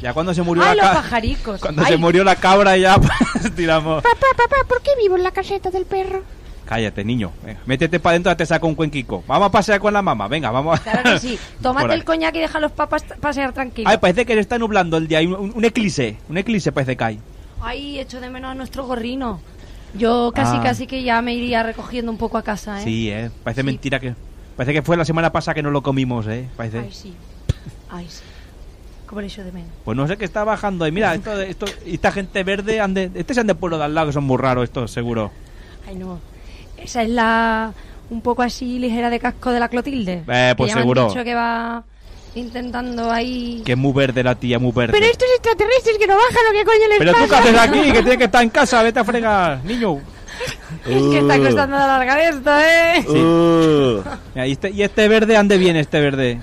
Ya cuando se murió ¡Ay, la los cabra... pajaricos! Cuando Ay, se murió la cabra ya pues, tiramos... Papá, ¿por qué vivo en la caseta del perro? Cállate, niño. Venga, métete para adentro, te saco un cuenquico. Vamos a pasear con la mamá. Venga, vamos. Claro que sí. Tómate Por ahí. el coñac y deja a los papas t- pasear tranquilos. Ay, parece que se está nublando el día. Hay un, un eclipse. Un eclipse parece que hay. Ay, echo de menos a nuestro gorrino. Yo casi Ah. casi que ya me iría recogiendo un poco a casa, ¿eh? Sí, eh. Parece mentira que. Parece que fue la semana pasada que no lo comimos, eh. Parece. Ay, sí. Ay, sí. ¿Cómo le echo de menos? Pues no sé qué está bajando ahí. Mira, esto, esto, y esta gente verde. Ande, este es de pueblo de al lado que son muy raros, estos, seguro. Ay, no. Esa es la... Un poco así ligera de casco de la Clotilde. Eh, pues que ya me han seguro. dicho que va intentando ahí... Que es muy verde la tía, muy verde. estos extraterrestres que no bajan, ¿o qué coño les Pero tú qué haces aquí, que tienes que estar en casa. Vete a fregar, niño. Es que Uh. está costando alargar esto, ¿eh? Sí. Uh. Mira, y, este, y este verde, ande bien este verde.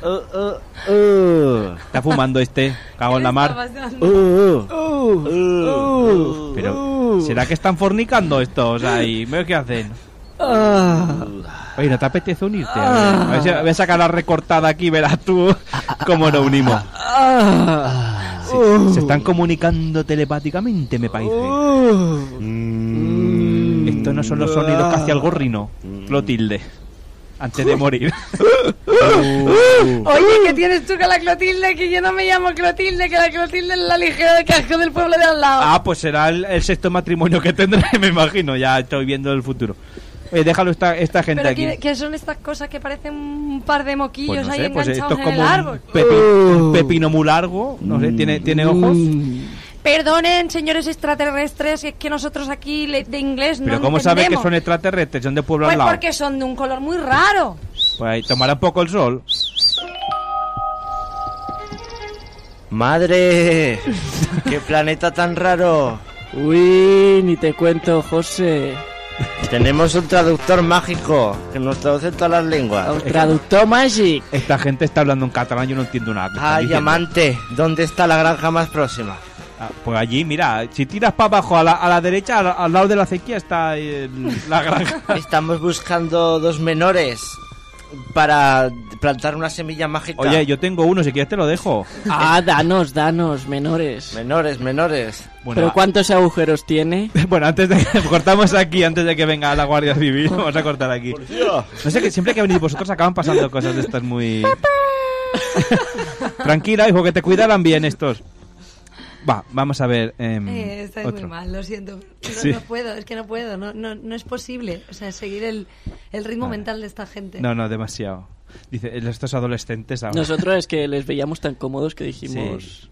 Uh, Está fumando este, cago en la mar. pasando? Pero, ¿será que están fornicando estos ahí? ¿Qué hacen? Oye, ¿no te apetece unirte? A ver, a ver si- voy a sacar la recortada aquí, verás tú cómo nos unimos. Sí, Se están comunicando telepáticamente, me parece. Mm, Estos no son los sonidos que hacía el gorrino, Clotilde, antes de morir. Oye, ¿qué tienes tú con la Clotilde? Que yo no me llamo Clotilde, que la Clotilde es la ligera de casco del pueblo de al lado. Ah, pues será el, el sexto matrimonio que tendré, me imagino. Ya estoy viendo el futuro. Oye, déjalo esta, esta pues gente Pero aquí. ¿qué, qué son estas cosas que parecen un par de moquillos Pues no ahí sé, pues enganchados esto es en como el un, árbol? pepi- un pepino muy largo. No sé, tiene, tiene ojos. Mm. Perdonen, señores extraterrestres, es que nosotros aquí le- de inglés no Pero ¿cómo sabe que entendemos. son extraterrestres? Son de pueblo Pues al lado. porque son de un color muy raro. Pues ahí tomará un poco el sol. ¡Madre! ¡Qué planeta tan raro! Uy, ni te cuento, José. Tenemos un traductor mágico que nos traduce todas las lenguas. Traductor Magic. Esta gente está hablando en catalán, yo no entiendo nada. que están ¡Ay, diciendo. amante! Ah, ¿Dónde está la granja más próxima? Ah, Pues allí, mira, si tiras para abajo a la, a la derecha, al, al lado de la sequía está el- la granja. Estamos buscando dos menores para plantar una semilla mágica. Oye, yo tengo uno, si quieres te lo dejo. Ah, danos, danos, menores. Menores, menores. ¿Pero cuántos agujeros tiene? Bueno, antes de que cortamos aquí, antes de que venga la Guardia Civil, vamos a cortar aquí. No sé que siempre que venís vosotros acaban pasando cosas de estas muy. Tranquila, hijo, que te cuidaran bien estos. Va, vamos a ver. em, Eh, está otro. muy mal, lo siento. No, Sí. no puedo, es que no puedo, no, no, no es posible. O sea, seguir el, el ritmo mental de esta gente. No, no, demasiado. Dice, estos adolescentes ahora. Nosotros es que les veíamos tan cómodos que dijimos... Sí.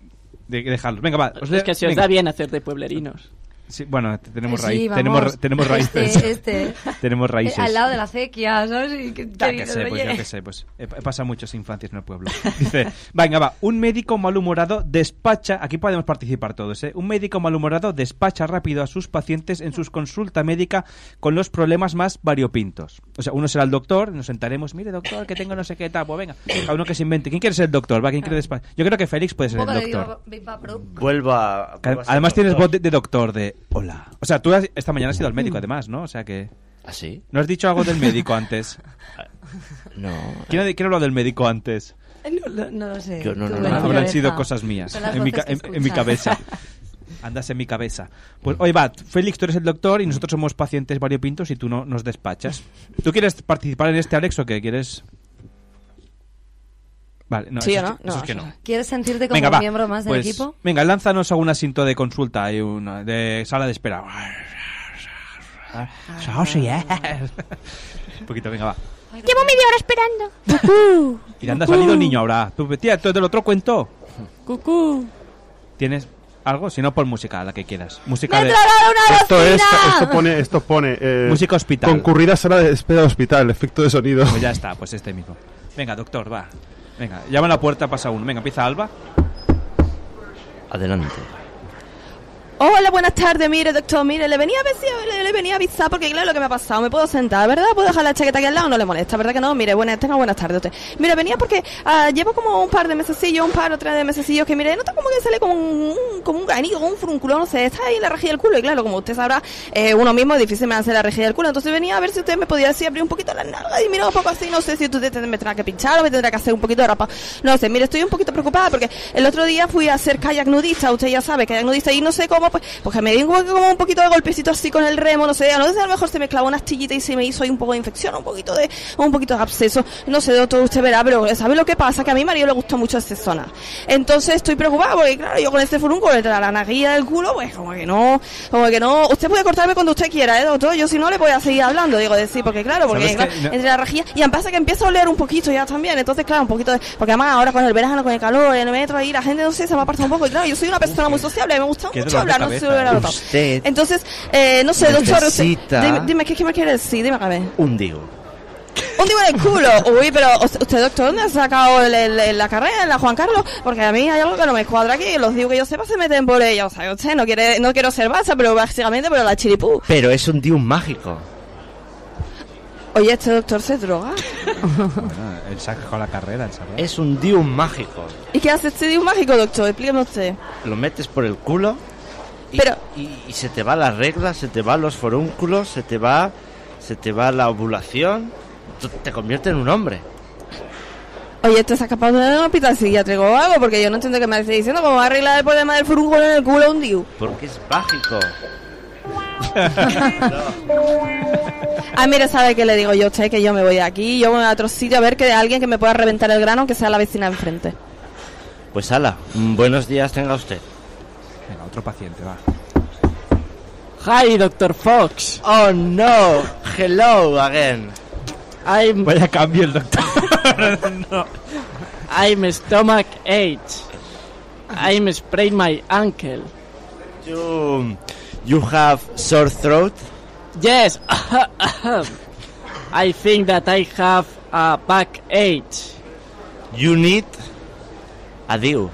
De- dejarlos. Venga, va. os Es leo- que se os venga. da bien hacer de pueblerinos. Sí, bueno, t- tenemos Eh, Sí, raíz, vamos. tenemos, tenemos raíces. Este, este. tenemos raíces. Al lado de la acequia, ¿sabes? Y que- Ya que- que sé, pues oye. ya que sé, pues he, he pasado muchas infancias en el pueblo. Dice, venga, va, un médico malhumorado despacha, aquí podemos participar todos, ¿eh? Un médico malhumorado despacha rápido a sus pacientes en sus consulta médica con los problemas más variopintos. O sea, uno será el doctor, nos sentaremos, mire doctor, que tengo no sé qué tal, pues venga, a uno que se invente. ¿Quién quiere ser el doctor? Va, ¿quién quiere despachar? Yo creo que Félix puede ser Un el poco de doctor. Viva- Viva Pro. Vuelva. Que vuelva a ser Además tienes doctor. voz de, de doctor, de hola. O sea, tú has- esta mañana has ido al médico además, ¿no? O sea que... ¿Ah, sí? ¿No has dicho algo del médico antes? No. ¿Quién ha, quién ha hablado del médico antes? No, lo- no lo sé. Yo no, Tú no, en no. tu Habrán cabeza. sido cosas mías. Son las En mi, voces ca- que en- en mi escuchas. cabeza. Andas en mi cabeza. Pues hoy va, Félix, tú eres el doctor y nosotros somos pacientes variopintos y tú no nos despachas. ¿Tú quieres participar en este, Alex, o qué? ¿Quieres...? Vale, no, ¿Sí eso o es no? que- eso No, es que eso no. ¿Quieres sentirte Este como Venga, un va, miembro más del pues, equipo? Venga, lánzanos algún asunto de consulta. Hay una de sala de espera. Saosi, ¿eh? Un poquito, venga, va. Llevo media hora esperando. Miranda, ha salido el niño ahora. Tú, tía, tú del otro cuento. Cucú. ¿Tienes algo? Si no, pon música, la que quieras. Música ¡Me de... he tragado una Esto bocina! es, esto pone, esto pone. eh, Música hospital. Concurrida sala de espera de hospital, efecto de sonido. Pues ya está, pues este mismo. Venga, doctor, va. Venga, llama a la puerta, pasa uno. Venga, empieza Alba. Adelante. Hola, buenas tardes, mire, doctor, mire, le venía a avisar, le, le venía a avisar porque claro lo que me ha pasado, me puedo sentar, ¿verdad? ¿Puedo dejar la chaqueta aquí al lado? No le molesta, ¿verdad que no? Mire, buenas, tenga buenas tardes usted. Mire, venía porque ah, llevo como un par de mesecillos, un par o tres de mesecillos que, mire, noto como que sale como un, un- como un ganigo, un frunculo, no sé, está ahí en la rejilla del culo y claro, como usted sabrá, eh, uno mismo es difícil me hace la rejilla del culo, entonces venía a ver si usted me podía así abrir un poquito las nalgas y mira un poco así, no sé si usted me tendrá que pinchar o me tendrá que hacer un poquito de rapa, no sé, mire, estoy un poquito preocupada porque el otro día fui a hacer kayak nudista, usted ya sabe, kayak nudista, y no sé cómo, pues, pues que me di un- como un poquito de golpecito así con el remo, no sé, a no sé, a lo mejor se me clavó una astillita y se me hizo ahí un poco de infección, un poquito de, un poquito de absceso, no sé, doctor, usted verá, pero ¿sabe lo que pasa? Que a mi marido le gusta mucho esa zona. Entonces estoy preocupada porque, claro, yo con este furúnculo, la, la naguilla del culo, pues como que no, como que no, usted puede cortarme cuando usted quiera, ¿eh, doctor? Yo si no le voy a seguir hablando, digo, de sí, porque claro, porque ¿Sabes claro, qué? No- entre la rejilla, y además que empieza a oler un poquito ya también, entonces claro, un poquito de, porque además ahora con el verano, con el calor, en el metro ahí, la gente no sé, se me aparta un poco, y claro, yo soy una persona muy sociable, me gusta qué mucho dolor de hablar, no sé si lo hubiera cabeza. notado. Usted Entonces, eh, no sé, doctor, usted- necesita- dime, dime, ¿qué, qué me quiere decir? Dime, a ver. Un digo. Un tipo del culo. Uy, pero usted, usted, doctor, ¿dónde ha sacado el- el- el- la carrera, la Juan Carlos? Porque a mí hay algo que no me cuadra aquí. Los digo que yo sepa se meten por ella. O sea, usted no quiere, no quiero ser basa, pero básicamente por la chiripú. Pero es un dium mágico. Oye, este doctor se droga. Bueno, él saca con la carrera, el chaval. Es un dium mágico. ¿Y qué hace este dios mágico, doctor? Explíqueme usted. Lo metes por el culo y, Pero- y- y se te va la regla, se te van los forúnculos, se te va, se te va la ovulación. Tú Te convierte en un hombre. Oye, esto se ha escapado de un hospital psiquiátrico o algo, porque yo no entiendo qué me esté diciendo. ¿Cómo va a arreglar el problema del furúnculo en el culo a un diu? Porque es mágico. Ah, mire, ¿sabe qué le digo yo a usted? Que yo me voy de aquí, yo me voy a otro sitio a ver que alguien que me pueda reventar el grano, que sea la vecina de enfrente. Pues ala, mm, buenos días tenga usted. Venga, otro paciente, va. Hi, Dr. Fox. Oh no, hello again. I'm Vaya cambio el doctor. no. I'm stomach ache. I'm sprained my ankle. You, you have sore throat? Yes. I think that I have a back ache. You need a deal.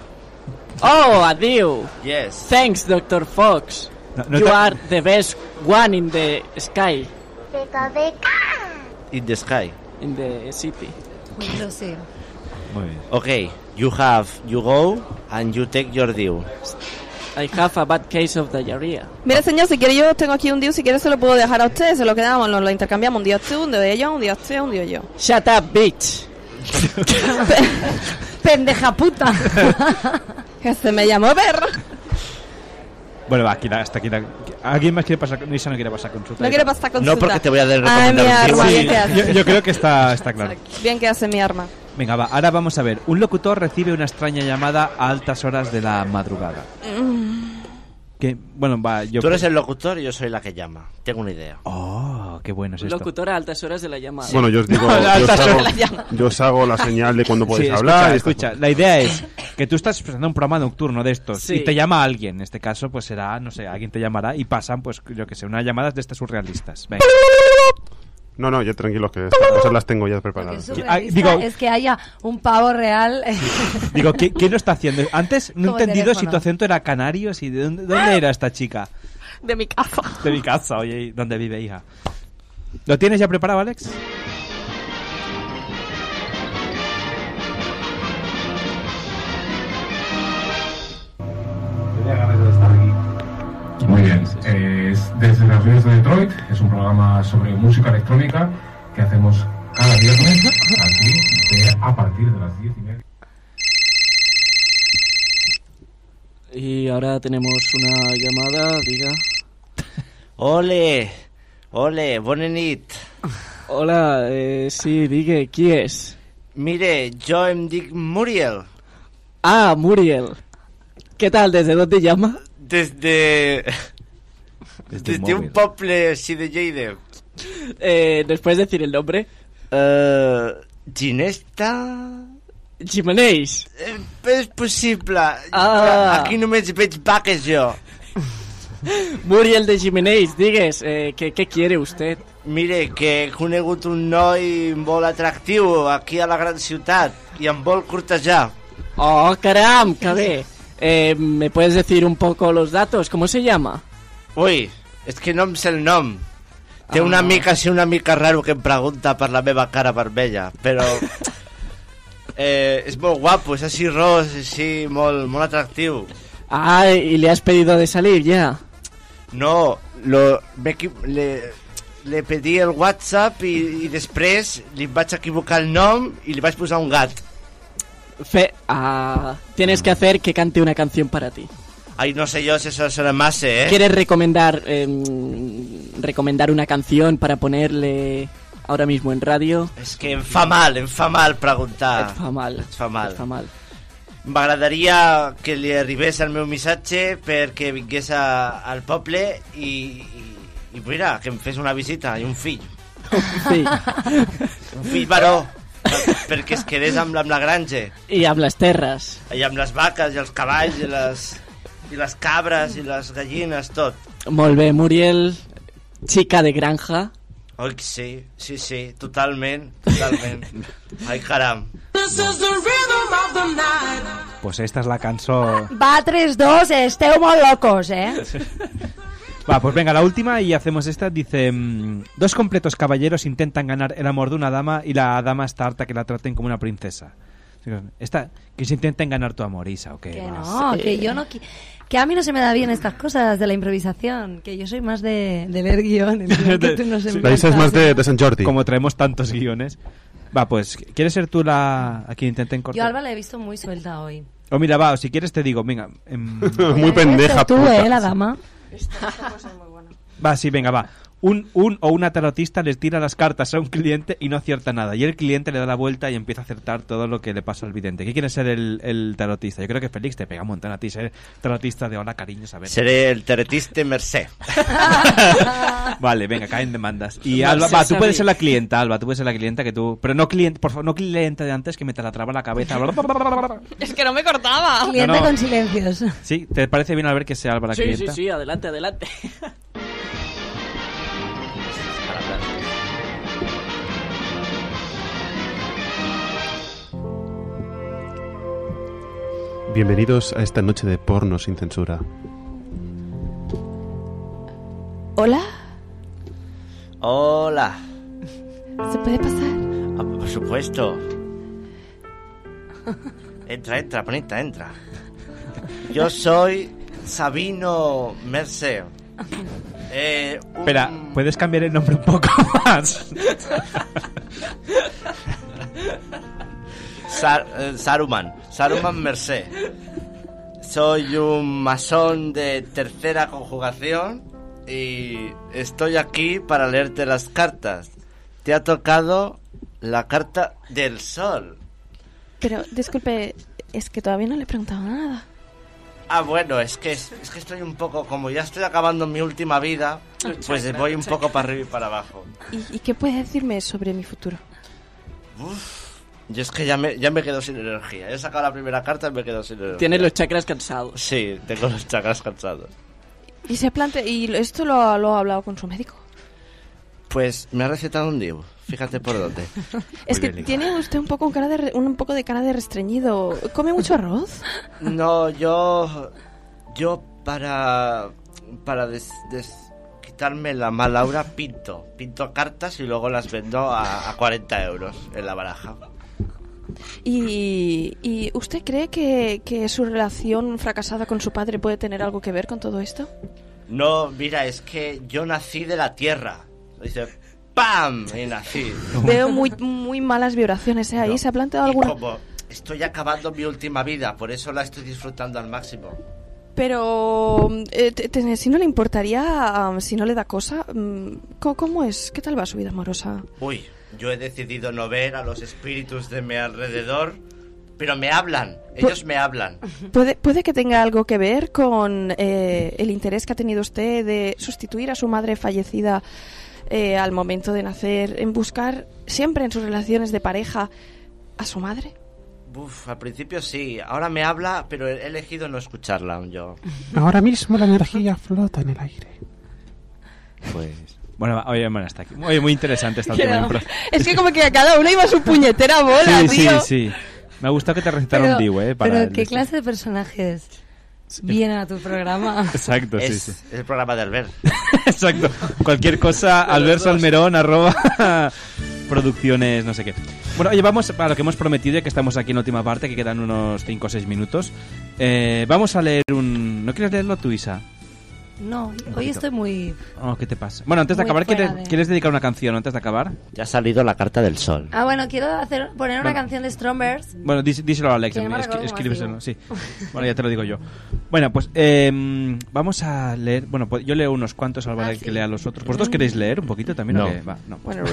Oh, adieu. Yes. Thanks, Dr. Fox. No- no you te- are the best one in the sky, Beca, beca. in the sky. in the city. Lo sé. Okay, you have, you go and you take your deal. I have a bad case of diarrhea. Mire, señor, si quiere yo tengo aquí un diu, si quiere se lo puedo dejar a usted, se lo quedamos, nos lo intercambiamos un día tú, un día yo, un día usted, un día yo. Shut up, bitch. Pendeja puta. Ah, que se me llamó perro. Bueno, va, aquí, la- hasta aquí. la- ¿Alguien más quiere pasar? Nisa no quiere pasar consulta. No quiere pasar consulta. No, porque te voy a dar Ay, recomendar mi un arma, tío. ¿qué haces? yo, yo creo que está, está claro. Bien que hace mi arma. Venga, va, ahora vamos a ver. Un locutor recibe una extraña llamada a altas horas de la madrugada. Mm. Que, bueno, va, yo. Tú eres el locutor y yo soy la que llama. Tengo una idea. Oh, qué bueno es esto. Locutora a altas horas de la llamada. Bueno, yo os digo, yo, os hago, yo os hago la señal de cuando podéis Sí, hablar. y Escucha, escucha. la idea es Que tú estás presentando un programa nocturno de estos Sí. y te llama alguien. En este caso, pues será, no sé, alguien te llamará y pasan, pues yo que sé, unas llamadas de estas surrealistas. Venga. No, no, ya tranquilos que estas cosas las tengo ya preparadas. Ah, digo, digo, es que haya un pavo real. digo ¿qué- ¿quién lo está haciendo? Antes no he Como entendido si teléfono. tu acento era canario, si de dónde, ¡Ah! dónde era esta chica. De mi casa. De mi casa, oye, ¿y ¿dónde vive, hija? ¿Lo tienes ya preparado, Alex? Muy bien, eh, es desde las redes de Detroit, es un programa sobre música electrónica que hacemos cada viernes aquí de- a partir de las 10 y media. Y ahora tenemos una llamada, diga. Ole, ole, bonenit. Hola, eh, sí, diga, ¿quién es? Mire, yo em dic Muriel, Ah, Muriel. ¿Qué tal? ¿Desde dónde llama? desde... Desde Desde, el móvil. un poble així de Lleida. Eh, ¿Nos puedes decir el nombre? Eh, Ginesta... Gimeneix. Eh, és possible. Ah. Aquí només veig vaques jo. Muriel de Gimeneix, digues, eh, ¿qué, qué quiere usted? Mire, que he conegut un noi molt atractiu aquí a la gran ciutat i em vol cortejar. Oh, caram, que bé. Eh, ¿Me puedes decir un poco los datos? ¿Cómo se llama? Ui, és que no em sé el nom. Té Ah. una mica, sí, una mica raro que em pregunta per la meva cara vermella, però... Eh, és molt guapo, és així ros, així molt, molt atractiu. Ah, y le has pedido de salir ya. No, lo, me, equi- le, le pedí el WhatsApp i, i després li vaig equivocar el nom i li vaig posar un gat. Fe ah, tienes que hacer que cante una canción para ti. Ai, no sé jo si això serà massa, eh? ¿Quieres recomendar eh, recomendar una canción para ponerle ahora mismo en radio? És que em fa mal, em fa mal preguntar. Et fa Ah, mal. Et fa mal. Et fa mal. M'agradaria que li arribés el meu missatge perquè vingués a, al poble i, i, i mira, que em fes una visita i un fill. Sí. Un fill baró, per- perquè es quedés amb, la- amb la granja. Y hablas terras. I amb les vaques, i els cavalls, i les, i les cabres, i les gallines, tot. Molve Muriel, chica de granja. Oi, que sí, sí, sí, totalment, totalment. Ai, caram. Pues esta es la canción. Va 3-2, esteu molt este locos, eh? Va, pues venga, la última y hacemos esta. Dice: mm, Dos completos caballeros intentan ganar el amor de una dama y la dama está harta que la traten como una princesa. Esta, que se intenten ganar tu amor, Isa, o qué? Que Va. no, que yo no... qui- Que a mí no se me da bien estas cosas de la improvisación, que yo soy más de, de leer guiones. que tú no se me encanta. de San Jordi. Como traemos tantos guiones. Va, pues, ¿quieres ser tú la. a quien intenten Yo a cortar? Alba la he visto muy suelta hoy. O mira, va, o si quieres te digo, venga. em- Muy pendeja, Tú, puta. eh, la dama. Va, sí, venga, va. Un, un o una tarotista les tira las cartas a un cliente y no acierta nada. Y el cliente le da la vuelta y empieza a acertar todo lo que le pasa al vidente. ¿Qué quiere ser el, el tarotista? Yo creo que Félix te pega un montón a ti ser tarotista de hola, cariño, saber. Seré el tarotista Mercè. Vale, venga, caen demandas. Y No Alba, sé va, tú saber. puedes ser la clienta, Alba, tú puedes ser la clienta que tú. Pero no cliente, por favor, no cliente de antes que me te la traba la cabeza. Es que no me cortaba. Cliente Ah. No, no. con silencios. ¿Sí? ¿Te parece bien Albert que sea Alba la sí, sí, clienta? sí, adelante, adelante. Bienvenidos a esta noche de porno sin censura. Hola, Hola. ¿se puede pasar? Ah, Por supuesto. Entra, entra, bonita, entra. Yo soy Sabino Merceo. Eh, un- Espera, ¿puedes cambiar el nombre un poco más? Sar- eh, Saruman, Saruman Mercé. Soy un masón de tercera conjugación y estoy aquí para leerte las cartas. Te ha tocado la carta del sol. Pero, disculpe, es que todavía no le he preguntado nada. Ah, bueno, es que, es que estoy un poco, como ya estoy acabando mi última vida, pues voy un poco para arriba y para abajo. ¿Y, y qué puede decirme sobre mi futuro? Uf, Yo es que ya me, ya me quedo sin energía. He sacado la primera carta y me quedo sin energía. Tienes los chakras cansados. Sí, tengo los chakras cansados. Y se plantea, y esto lo, ha- lo ha hablado con su médico. Pues me ha recetado un Divo. Fíjate por dónde. es que tiene usted un poco, un, cara de, re- un poco de cara de restreñido. ¿Come mucho arroz? No, yo. Yo para. Para des- des- quitarme la mala aura, pinto. Pinto cartas y luego las vendo a, a 40 euros en la baraja. ¿Y, y usted cree que, que su relación fracasada con su padre puede tener algo que ver con todo esto? No, mira, es que yo nací de la tierra. Dice. ¡Pam! Y nací. Veo muy, muy malas vibraciones ¿eh? ahí. ¿Se ha planteado alguna? Como estoy acabando mi última vida, por eso la estoy disfrutando al máximo. Pero eh, te- te- si no le importaría, um, si no le da cosa, mm, co- ¿cómo es? ¿Qué tal va su vida amorosa? Uy, yo he decidido no ver a los espíritus de mi alrededor, pero me hablan. Ellos me hablan. ¿Puede, puede que tenga algo que ver con eh, el interés que ha tenido usted de sustituir a su madre fallecida eh, al momento de nacer, en buscar siempre en sus relaciones de pareja a su madre? Uf, al principio sí, ahora me habla, pero he elegido no escucharla yo. Ahora mismo la energía flota en el aire. Pues. Bueno, oye, bueno, hasta aquí. Oye, muy interesante esta última Queda- impro. Es que como que a cada uno iba su puñetera bola, Sí, tío. sí, sí. Me ha gustado que te recetaron Diu, ¿eh? Para pero el- ¿qué clase de personajes vienen a tu programa? Exacto, Pues sí, Es- sí. Es el programa de Albert. Exacto. Cualquier cosa, Alberto Salmerón, arroba producciones, no sé qué. Bueno, oye, vamos a lo que hemos prometido, ya que estamos aquí en la última parte, que quedan unos 5 o 6 minutos. Eh, vamos a leer un... ¿No quieres leerlo tú, Isa? No, hoy poquito. estoy muy... Oh, ¿Qué te pasa? Bueno, antes de Muy acabar, fuera ¿quieres, de- quieres dedicar una canción antes de acabar? Ya ha salido la carta del sol. Ah, bueno, quiero hacer, poner una Bueno. canción de Strombers. Bueno, dí- díselo a Alex, Que no me escri- recuerdo cómo escríbeselo, sí. se Bueno, ya te lo digo yo. Bueno, pues eh, vamos a leer... Bueno, pues yo leo unos cuantos, Ah, Álvaro, que lea los otros. ¿Vosotros queréis leer un poquito también? o No. qué? Va, no. Bueno,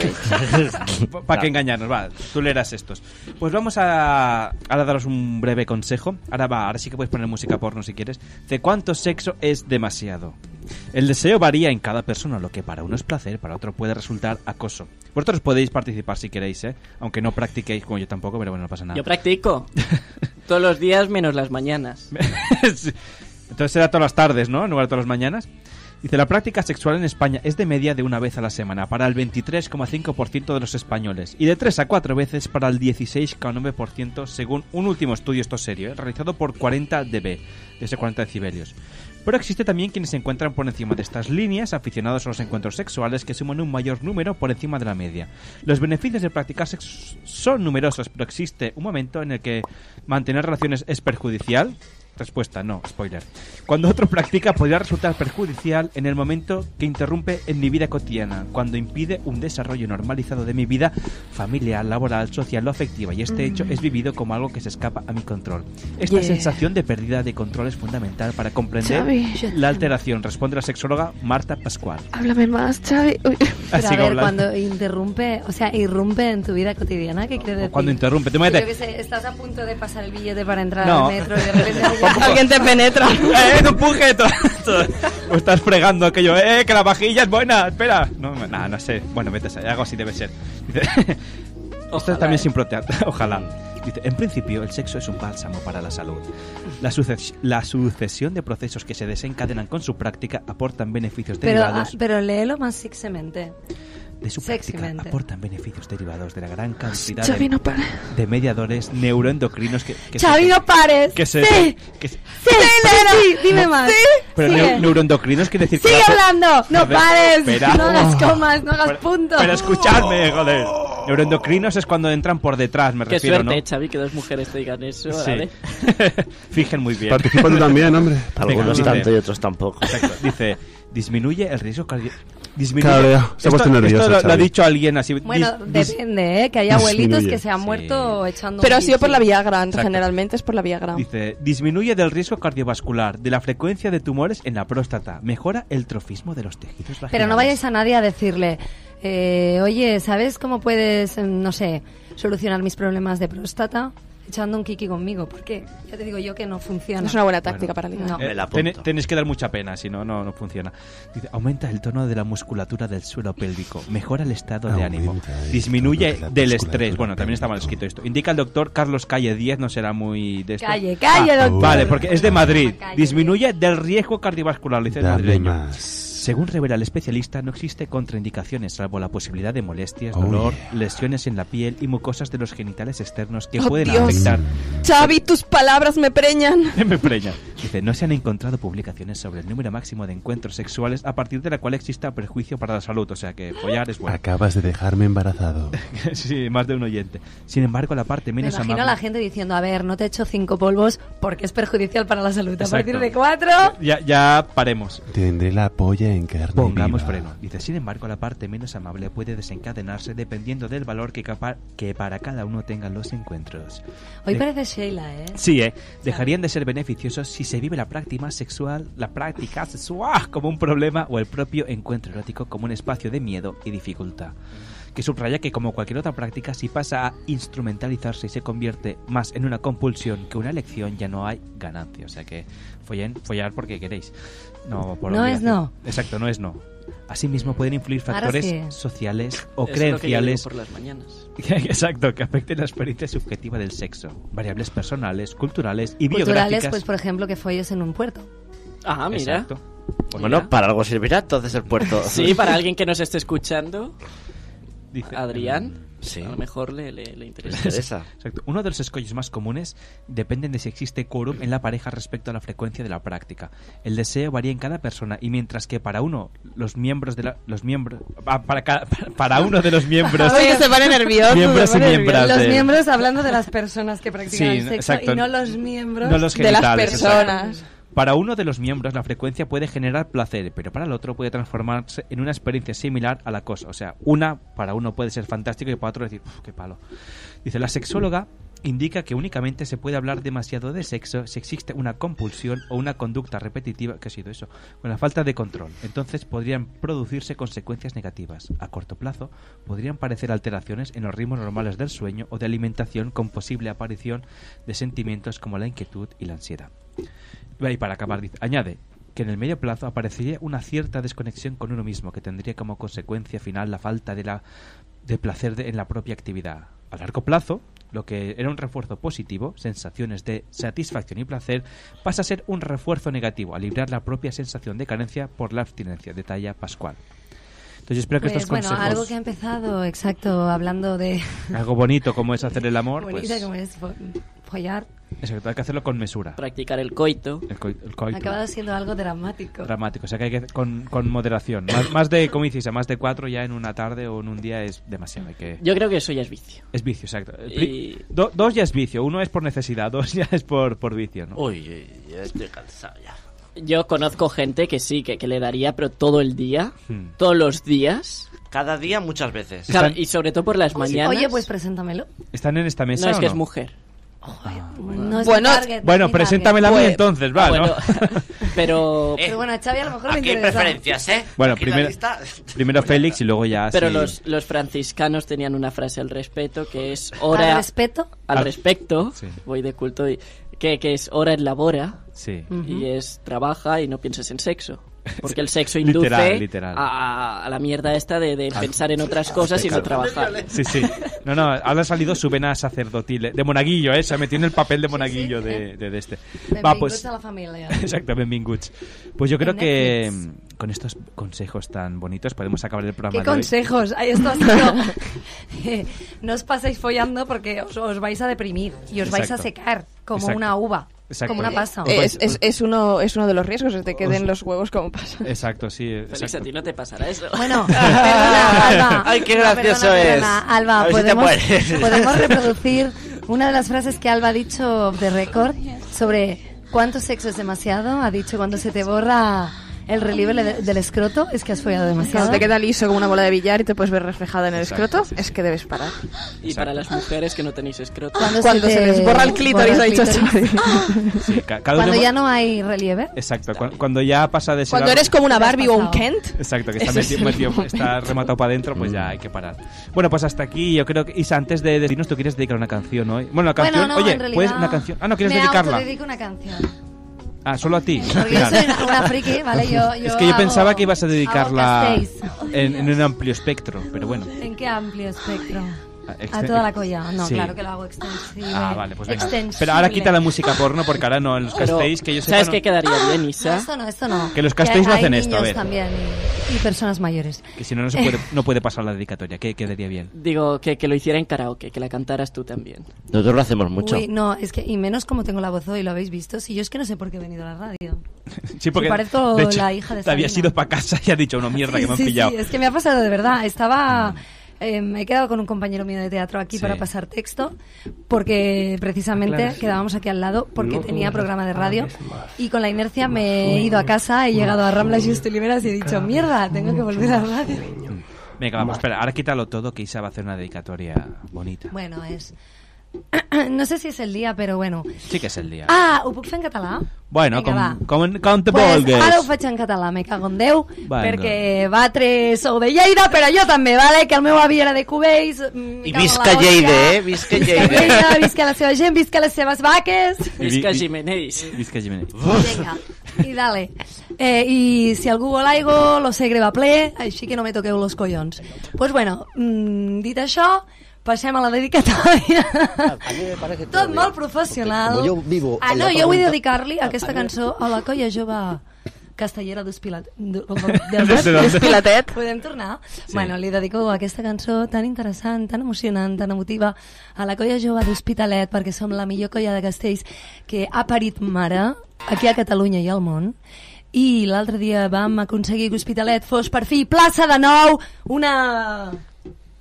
Para que engañarnos, va, tú leerás estos. Pues vamos a ahora daros un breve consejo. Ahora va, ahora sí que puedes poner música porno si quieres. ¿De cuánto sexo es demasiado? El deseo varía en cada persona, lo que para uno es placer, para otro puede resultar acoso. Vosotros podéis participar si queréis, ¿eh? Aunque no practiquéis como yo tampoco, pero bueno, no pasa nada. Yo practico. Todos los días menos las mañanas. Sí. Entonces será todas las tardes, ¿no? En lugar de todas las mañanas. Dice, la práctica sexual en España es de media de una vez a la semana para el 23,5% de los españoles y de tres a cuatro veces para el 16,9% según un último estudio, esto es serio, ¿eh? realizado por 40 dB, desde 40 decibelios. Pero existe también quienes se encuentran por encima de estas líneas, aficionados a los encuentros sexuales que suman un mayor número por encima de la media. Los beneficios de practicar sexo son numerosos, pero existe un momento en el que mantener relaciones es perjudicial. Respuesta, no, spoiler. Cuando otro practica podría resultar perjudicial en el momento que interrumpe en mi vida cotidiana, cuando impide un desarrollo normalizado de mi vida familiar, laboral, social o afectiva, y este hecho es vivido como algo que se escapa a mi control. Esta Yeah. sensación de pérdida de control es fundamental para comprender Xavi. la alteración, responde la sexóloga Marta Pascual. Ah, Háblame más, Xavi. Uy. Pero Así a que ver, habla- cuando interrumpe, o sea, irrumpe en tu vida cotidiana, ¿qué quiere decir? Cuando interrumpe, te Que metes- Yo qué sé, estás a punto de pasar el billete para entrar No. al metro y de repente Alguien te penetra. ¡Eh, no empuje! Todo esto. O estás fregando aquello. ¡Eh, que la vajilla es buena! ¡Espera! No, no, no, no sé. Bueno, vete a saber, Algo así debe ser. Dice, Esto también es impropia- Ojalá. Dice, en principio, el sexo es un bálsamo para la salud. La, suces- la sucesión de procesos que se desencadenan con su práctica aportan beneficios Pero, ah, derivados pero léelo más sexemente. de su práctica Sexymente. aportan beneficios derivados de la gran cantidad Xavi, de, no para. de mediadores neuroendocrinos que, que se- Xavi, no pares. que se- Sí, que se- sí, sí, dime más. pero Sigue. neu- neuroendocrinos quiere decir que Sigue la- hablando. No A ver, pares. espera. No hagas comas, no hagas puntos. Pero escuchadme, joder. Neuroendocrinos es cuando entran por detrás, me Qué refiero, suerte, Xavi, que dos mujeres te digan eso. Sí. ¿vale? ¿no? Fijen muy bien. Participa tú también, hombre. Algunos dice- tanto y otros tampoco. Exacto. Dice, disminuye el riesgo cardio... Disminuye... Claro, ya. Se ha esto puesto lo- nervioso, lo, lo ha Xavi. dicho alguien así. Bueno, dis- dis- depende, ¿eh? Que hay abuelitos Disminuye. que se han muerto echando. Pero un ha sido por pipí. la Viagra, Exacto. generalmente es por la Viagra. Dice, disminuye del riesgo cardiovascular, de la frecuencia de tumores en la próstata, mejora el trofismo de los tejidos vaginales. Pero no vayáis a nadie a decirle, em, eh, oye, ¿sabes cómo puedes, mm, no sé, solucionar mis problemas de próstata? echando un kiki conmigo, porque ya te digo yo que no funciona. Es una buena táctica para ligar. No. Eh, ten- tenéis que dar mucha pena, si no, no, no funciona. Dice, aumenta el tono de la musculatura del suelo pélvico, mejora el estado de ánimo, disminuye del estrés. Bueno, también está mal escrito esto. Indica el doctor Carlos Calle 10, no será muy de esto. Ah, Calle, calle, doctor. Vale, porque es de Madrid. Disminuye del riesgo cardiovascular, lo dice el madrileño. Según revela el especialista, no existe contraindicaciones salvo la posibilidad de molestias, Oh, dolor, lesiones en la piel y mucosas de los genitales externos que ¡Oh, pueden Dios! afectar Xavi, tus palabras me preñan. me preña. Dice, no se han encontrado publicaciones sobre el número máximo de encuentros sexuales a partir de la cual exista perjuicio para la salud. O sea que follar es bueno. Acabas de dejarme embarazado. sí, más de un oyente. Sin embargo, la parte Me menos imagino amable... a la gente diciendo, a ver, no te echo cinco polvos porque es perjudicial para la salud. Exacto. A partir de cuatro... Ya, ya paremos. Tendré la polla en carne Pongamos viva. freno. Dice, sin embargo, la parte menos amable puede desencadenarse dependiendo del valor que, capa- que para cada uno tengan los encuentros. Hoy De- parece Sheila, ¿eh? Sí, ¿eh? Dejarían de ser beneficiosos si se vive la práctica sexual, la práctica sexual como un problema o el propio encuentro erótico como un espacio de miedo y dificultad. Que subraya que como cualquier otra práctica, si pasa a instrumentalizarse y se convierte más en una compulsión que una elección, ya no hay ganancia. O sea que follen, follar porque queréis. No, por No es obligación. no. Exacto, no es no. Asimismo pueden influir Ahora factores sí. sociales o Es lo que yo digo creenciales por las mañanas. Exacto, que afecten la experiencia subjetiva del sexo. Variables personales, culturales y Culturales, biográficas. pues por ejemplo, que folles en un puerto. Ah, mira. Exacto. Bueno, para algo servirá entonces el puerto. Sí, para alguien que nos esté escuchando, Adrián, Sí. a lo mejor le, le, le interesa. Exacto. Uno de los escollos más comunes dependen de si existe quórum en la pareja respecto a la frecuencia de la práctica. El deseo varía en cada persona y mientras que para uno los miembros de la, los miembros ah, para, ca- para uno de los miembros Oye, se pone nervioso, miembros se y pone miembros Los de- miembros hablando de las personas que practican Sí, el sexo exacto. y no los miembros No los de las genitales, exacto. personas. Para uno de los miembros la frecuencia puede generar placer, pero para el otro puede transformarse en una experiencia similar a la cosa. O sea, una para uno puede ser fantástico y para otro decir, "Uf, qué palo. Dice, la sexóloga indica que únicamente se puede hablar demasiado de sexo si existe una compulsión o una conducta repetitiva, que ha sido eso, con la falta de control. Entonces podrían producirse consecuencias negativas. A corto plazo podrían parecer alteraciones en los ritmos normales del sueño o de alimentación con posible aparición de sentimientos como la inquietud y la ansiedad. Y para acabar, dice- añade que en el medio plazo aparecería una cierta desconexión con uno mismo, que tendría como consecuencia final la falta de, la, de placer de- en la propia actividad. A largo plazo, lo que era un refuerzo positivo, sensaciones de satisfacción y placer, pasa a ser un refuerzo negativo, al librar la propia sensación de carencia por la abstinencia, detalla Pascual. Entonces, yo espero que Pues, estos bueno, consejos, algo que ha empezado, exacto, hablando de... algo bonito como es hacer el amor, Bonita pues como es fo- follar, exacto, hay que hacerlo con mesura. Practicar el coito. El, coi- el coito. ha acabado siendo algo dramático. dramático. O sea que hay que con, con moderación. Más, más de, como dices, más de cuatro ya en una tarde o en un día es demasiado. Hay que... Yo creo que eso ya es vicio. Es vicio, exacto. El pri- Y- do- dos ya es vicio. Uno es por necesidad, dos ya es por, por vicio, ¿no? Uy, ya estoy cansado ya. Yo conozco gente que sí, que, que le daría, pero todo el día, Hmm. todos los días. Cada día muchas veces. Claro, y sobre todo por las Oye, mañanas. Oye, pues preséntamelo. ¿Están en esta mesa No, es o que es mujer. No es Bueno, mi target, no es Ah, Bueno, mi target. preséntamela a mí entonces, va, bueno, Ah, ¿no? Pero... Pero bueno, a Xavi a lo mejor me Aquí hay interesa. preferencias, ¿eh? Bueno, Aquí la primero, lista- primero Félix y luego ya... Pero sí. los, los franciscanos tenían una frase al respeto que es hora... ¿Al respeto? Al Al- respecto, Sí. voy de culto, y, que, que es hora en labora Sí. y es trabaja y no pienses en sexo. Porque el sexo induce Literal, literal. A, a la mierda esta de, de pensar en otras cosas y no trabajar. Sí, sí. No, no, ahora ha salido su vena sacerdotil, eh, de monaguillo, ¿eh? Se ha metido en el papel de monaguillo de, de- de este. Va, Benvinguts pues... a la familia. Exacto, benvinguts. Pues yo creo En que mm, con estos consejos tan bonitos podemos acabar el programa ¿Qué de hoy. consejos? Ay, Esto ha sido... Eh, no os paséis follando porque os, os vais a deprimir y os vais a Exacto. secar como Exacto. una uva, Exacto. como una pasa. Eh, Es, es- es uno, es uno de los riesgos, es de que den los huevos como pasa. Exacto, sí. Félix, a exacto. ti no te pasará eso. Bueno, perdona, Alba. Ay, qué No, gracioso perdona, es. perdona, Alba, A ver si te ¿podemos, mueres. podemos reproducir una de las frases que Alba ha dicho de récord sobre cuánto sexo es demasiado. Ha dicho cuando se te borra El relieve le- del escroto es que has follado demasiado. Cuando te queda liso como una bola de billar y te puedes ver reflejada en el Exacto, escroto, es que debes parar. Y para las mujeres que no tenéis escroto. Cuando Cuando se les borra el clítoris, Ah, borra ha el dicho clítoris. Xavi. Sí, ca- cada Cuando uno- ya no hay relieve. Exacto, cu- cuando ya pasa de ser Cuando algo- eres como una Barbie o un Kent. Exacto, que está, Ese es metido- el metido- momento. está rematado para adentro, Mm. pues ya hay que parar. Bueno, pues hasta aquí. Yo creo que, Isa, antes de decirnos, tú quieres dedicar una canción hoy. Bueno, una canción. Bueno, no, Oye, en realidad, ¿puedes una canción? Ah, no, quieres me dedicarla. autodedico una canción. Ah, solo a ti. Porque yo soy una, una friki, ¿vale? Yo, yo es que yo hago- pensaba que ibas a dedicarla hago castells. en, en un amplio espectro, pero bueno. ¿En qué amplio espectro? Ah, A exten- toda la colla. No, Sí. claro que lo hago extensible. Ah, vale, pues venga. Extensible. Pero ahora quita la música porno porque ahora no, en los Pero, castéis que yo sepa, ¿Sabes no- qué quedaría bien, Isa? No, esto no, esto no. Que los castéis no hay hacen esto, a niños ver. también y, y personas mayores. Que si no, no, se puede, no puede pasar la dedicatoria. ¿Qué quedaría bien? Digo, que, que lo hiciera en karaoke, que la cantaras tú también. Nosotros lo hacemos Uy, no, es que, y menos como tengo la voz hoy, lo habéis visto. Si yo es que no sé por qué he venido a la radio. Sí, porque Sí, parezco de hecho, la hija de te habías Sabina. ido para casa y has dicho una mierda que me han sí, pillado. Mm. Sí, es que me ha pasado de verdad. Estaba. eh, me he quedado con un compañero mío de teatro aquí Sí. para pasar texto, porque precisamente Aclaras. quedábamos aquí al lado porque No tenía programa de radio hables y con la inercia me he ido a casa, he llegado a Rambla Justo y Liberas y he dicho, mierda, tengo que volver a la radio. Venga, vamos, espera, ahora quítalo todo que Isa va a hacer una dedicatoria bonita. Bueno, es... No sé si es el día, pero bueno. Sí que es el día. Ah, ho puc fer en català? bueno, Vinga, va. com, com, com te Pues, vulgues. ara ho faig en català, me cago en Déu, Vinga. perquè Batres sou de Lleida, però jo també, vale? que el meu avi era de Cubells. mm, I visca Lleida, eh? Visca Lleida. Lleida, visca la seva gent, visca les seves vaques. Visca Jiménez. Visca Jiménez. Mm, Vinga, i dale. Eh, I si algú vol aigua, lo segre va ple, així que no me toqueu los collons. Doncs pues bueno, mm, dit això, passem a la dedicatòria. Tot molt professional. Como yo vivo Ah, en no, la Ah, jo vull tormenta- dedicar-li aquesta cançó a la colla jove castellera d'Espilat... Des de dónde? D'Espilatet. Podem tornar? Sí. Sí. Bueno, li dedico aquesta cançó tan interessant, tan emocionant, tan emotiva a la colla jove d'Hospitalet, perquè som la millor colla de castells que ha parit mare aquí a Catalunya i al món. I l'altre dia vam aconseguir que Hospitalet fos per fi plaça de nou una...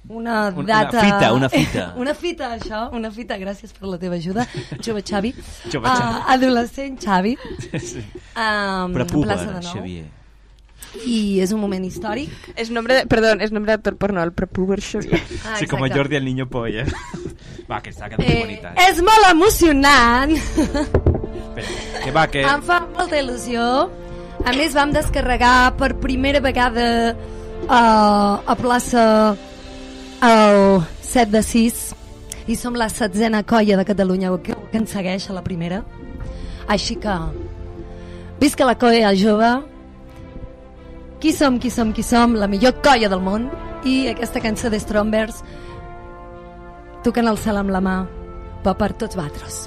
Una Una- una data... fita, una fita. una fita, això, una fita. Gràcies per la teva ajuda, jove Xavi. Jove Ah, Xavi. adolescent Xavi. Sí. Um, Però púber, plaça de nou. Xavier. I és un moment històric. Es nombre de, perdón, es nombre de actor porno, el prepuber Xavier. Ah, sí, como exacte. Jordi el niño polla. Va, que está quedando Eh, bonita. és molt emocionant. Que va, que... Em fa molta il·lusió. A més, vam descarregar per primera vegada eh, a plaça el 7 de 6 i som la setzena colla de Catalunya que, que ens segueix a la primera. Així que, visca la colla jove, qui som, qui som, qui som, la millor colla del món i aquesta cançó de Strombers tocant el cel amb la mà va per tots vosaltres.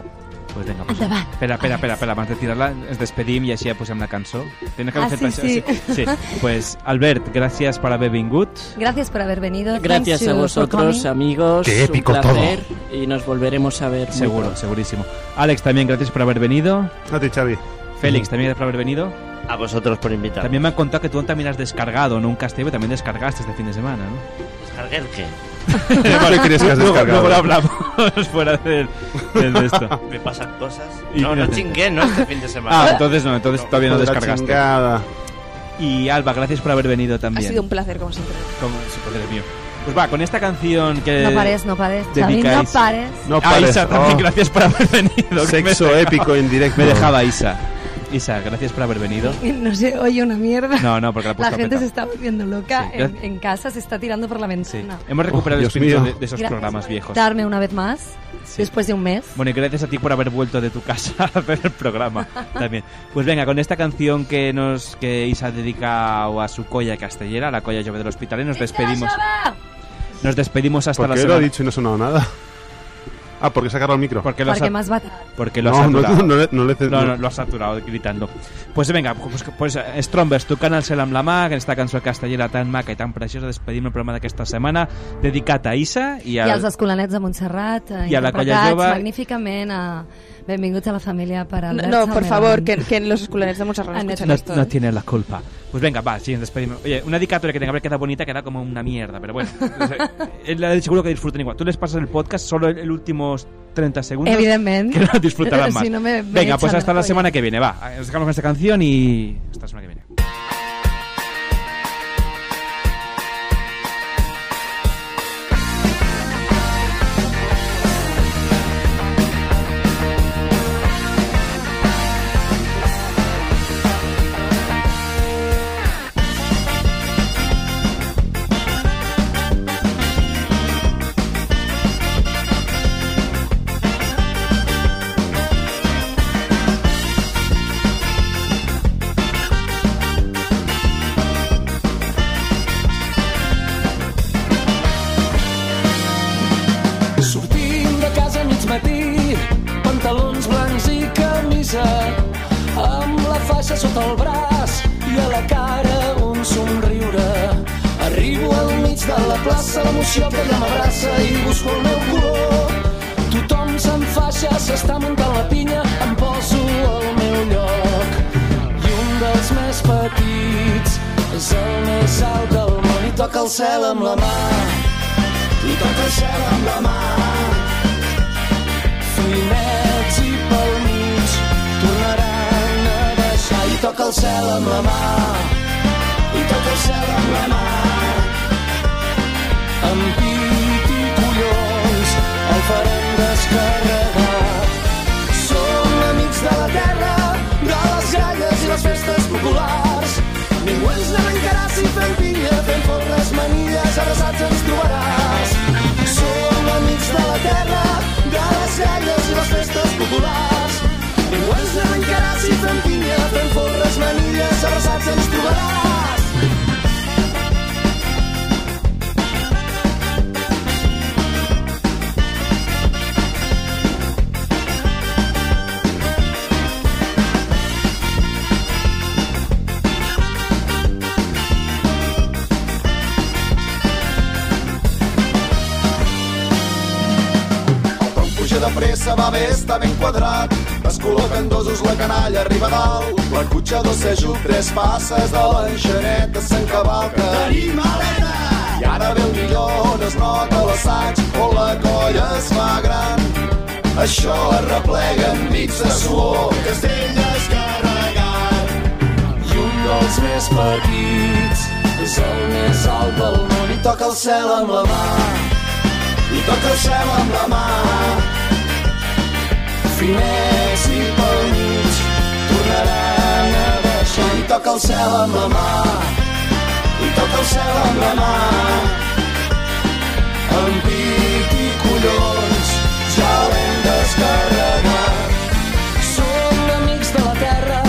Pues venga, pues. Endavant. Espera, espera, espera, espera, abans de tirar-la ens despedim i així ja posem pues la cançó. Tienes que Ah, haver fet sí, això, sí. sí. Pues, Albert, gràcies per haver vingut. Gracias por haber venido. Thanks Gracias you a for vosotros, coming. amigos. Qué épico un placer Y nos volveremos a ver. muy Seguro, pronto. segurísimo. Alex, también gracias por haber venido. A ti, Xavi. Félix, también gracias por haber venido. A vosotros por invitar. También me han contado que tú también has descargado, no un castellano, también descargaste este fin de semana, ¿no? ¿Descargué el qué? Vale, crees que has luego- descargado? Luego lo hablamos fuera del, del de esto. Me pasan cosas. Y- No, no chingué, no, este fin de semana. Ah, entonces no, entonces todavía no Joder, la descargaste. chingada. Y Alba, gracias por haber venido Ha también. sido un placer, como siempre. Como, sí, porque eres mío. Pues va, con esta canción que. No pares, no pares, Xavi, eh, dedicáis- no pares. No Ah, pares. Isa, también Oh. gracias por haber venido. que me Sexo dejaba- épico en directo. Me dejaba Isa. Isa, gracias por haber venido. No sé, oye una mierda. No, no, porque la he puesto a gente petar. se está volviendo loca Sí, en, gra- en casa, se está tirando por la ventana. Hemos recuperado el Oh, Dios espíritu de, mío. de esos Gracias programas viejos. Darme una vez más, después de un mes. Bueno, y gracias a ti por haber vuelto de tu casa a hacer el programa también. Pues venga, con esta canción que nos que Isa dedica a su colla castellera, la colla Llove del Hospital, y nos despedimos. Nos despedimos hasta ¿Por la qué lo ha semana. dicho y no ha sonado nada? Ah, porque se ha cargado el micro. Porque lo Porque has- más bata. Porque lo No, ha no, saturado. no, no le- no le- No, no, lo ha saturado gritando. Pues venga, pues, pues Strombers, tu canal Selam la Mag, en esta cançó castellera tan maca i tan preciosa, despedim el programa d'aquesta setmana dedicat a Isa i, I al, els escolanets de Montserrat, eh, I a la colla interpretats jove. magníficament a... Benvinguts a la família per No, Albert no, por Salmerón. favor, que, que los escuelares de Montserrat no escuchan no, esto. no ¿eh? tiene la culpa. Pues venga, va, sí, nos despedimos. Oye, una dedicatoria que tenga que haber quedado bonita queda como una mierda, pero bueno. Eh, la- seguro que disfruten igual. Tú les pasas el podcast solo el, el últimos 30 segundos. Evidentment. Que no disfrutarán Si más. no me- me venga, pues echan hasta la la polla. eh, semana que viene, va. Nos dejamos con esta canción y. Hasta la semana que viene. al braç i a la cara un somriure. Arribo al mig de la plaça, l'emoció que ella m'abraça i busco el meu color. Tothom se'n faixa, s'està muntant la pinya, em poso al meu lloc. I un dels més petits és el més alt del món i toca el cel amb la mà. I toca el cel amb la mà. Frinets i pel mig tornaran a deixar i toca el cel amb la mà. I toca el cel amb la mà. Amb pit i collons el farem descarregar. Som amics de la terra, de les gralles i les festes populars. Ningú ens n'arrencarà si fem pinya, fem forres, manilles, abraçats ens trobaràs. Som amics de la terra, de les gralles i les festes populars. Ningú ens n'arrencarà si fem pinya, fem forres, manilles, abraçats ens trobaràs. Puja de pressa, va bé, està ben quadrat. Es col·loca en dosos la canalla, arriba a dalt. La cutxa dos sejo, tres passes de l'enxaneta s'encavalca. Animaleta! I ara ve el millor on es nota l'assaig, on la colla es fa gran. Això arreplega amb bits de suor, castelles carregat. I un dels més petits és el més alt del món i toca el cel amb la mà. I toca el cel amb la mà finers i pel mig tornaran a baixar i toca el cel amb la mà i toca el cel amb la mà amb pit i collons ja l'hem descarregat Som amics de la terra,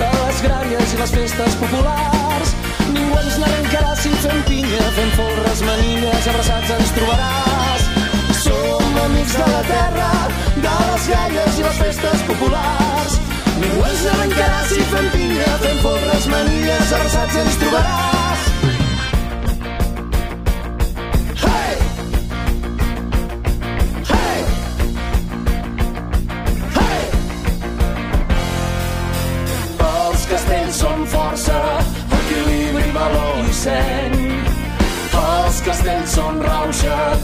de les gràries i les festes populars. Ningú ens n'arrencarà si fem pinya, fem forres, manilles, abraçats ens trobaràs. Som amics de la terra, de les gralles i les festes populars. Ningú ens n'arrencarà si fem pinya, fem forres, manilles, abraçats ens trobaràs. Hey! Hey! Hey! Els castells són força, equilibri, valor i seny. Els castells són rauxa,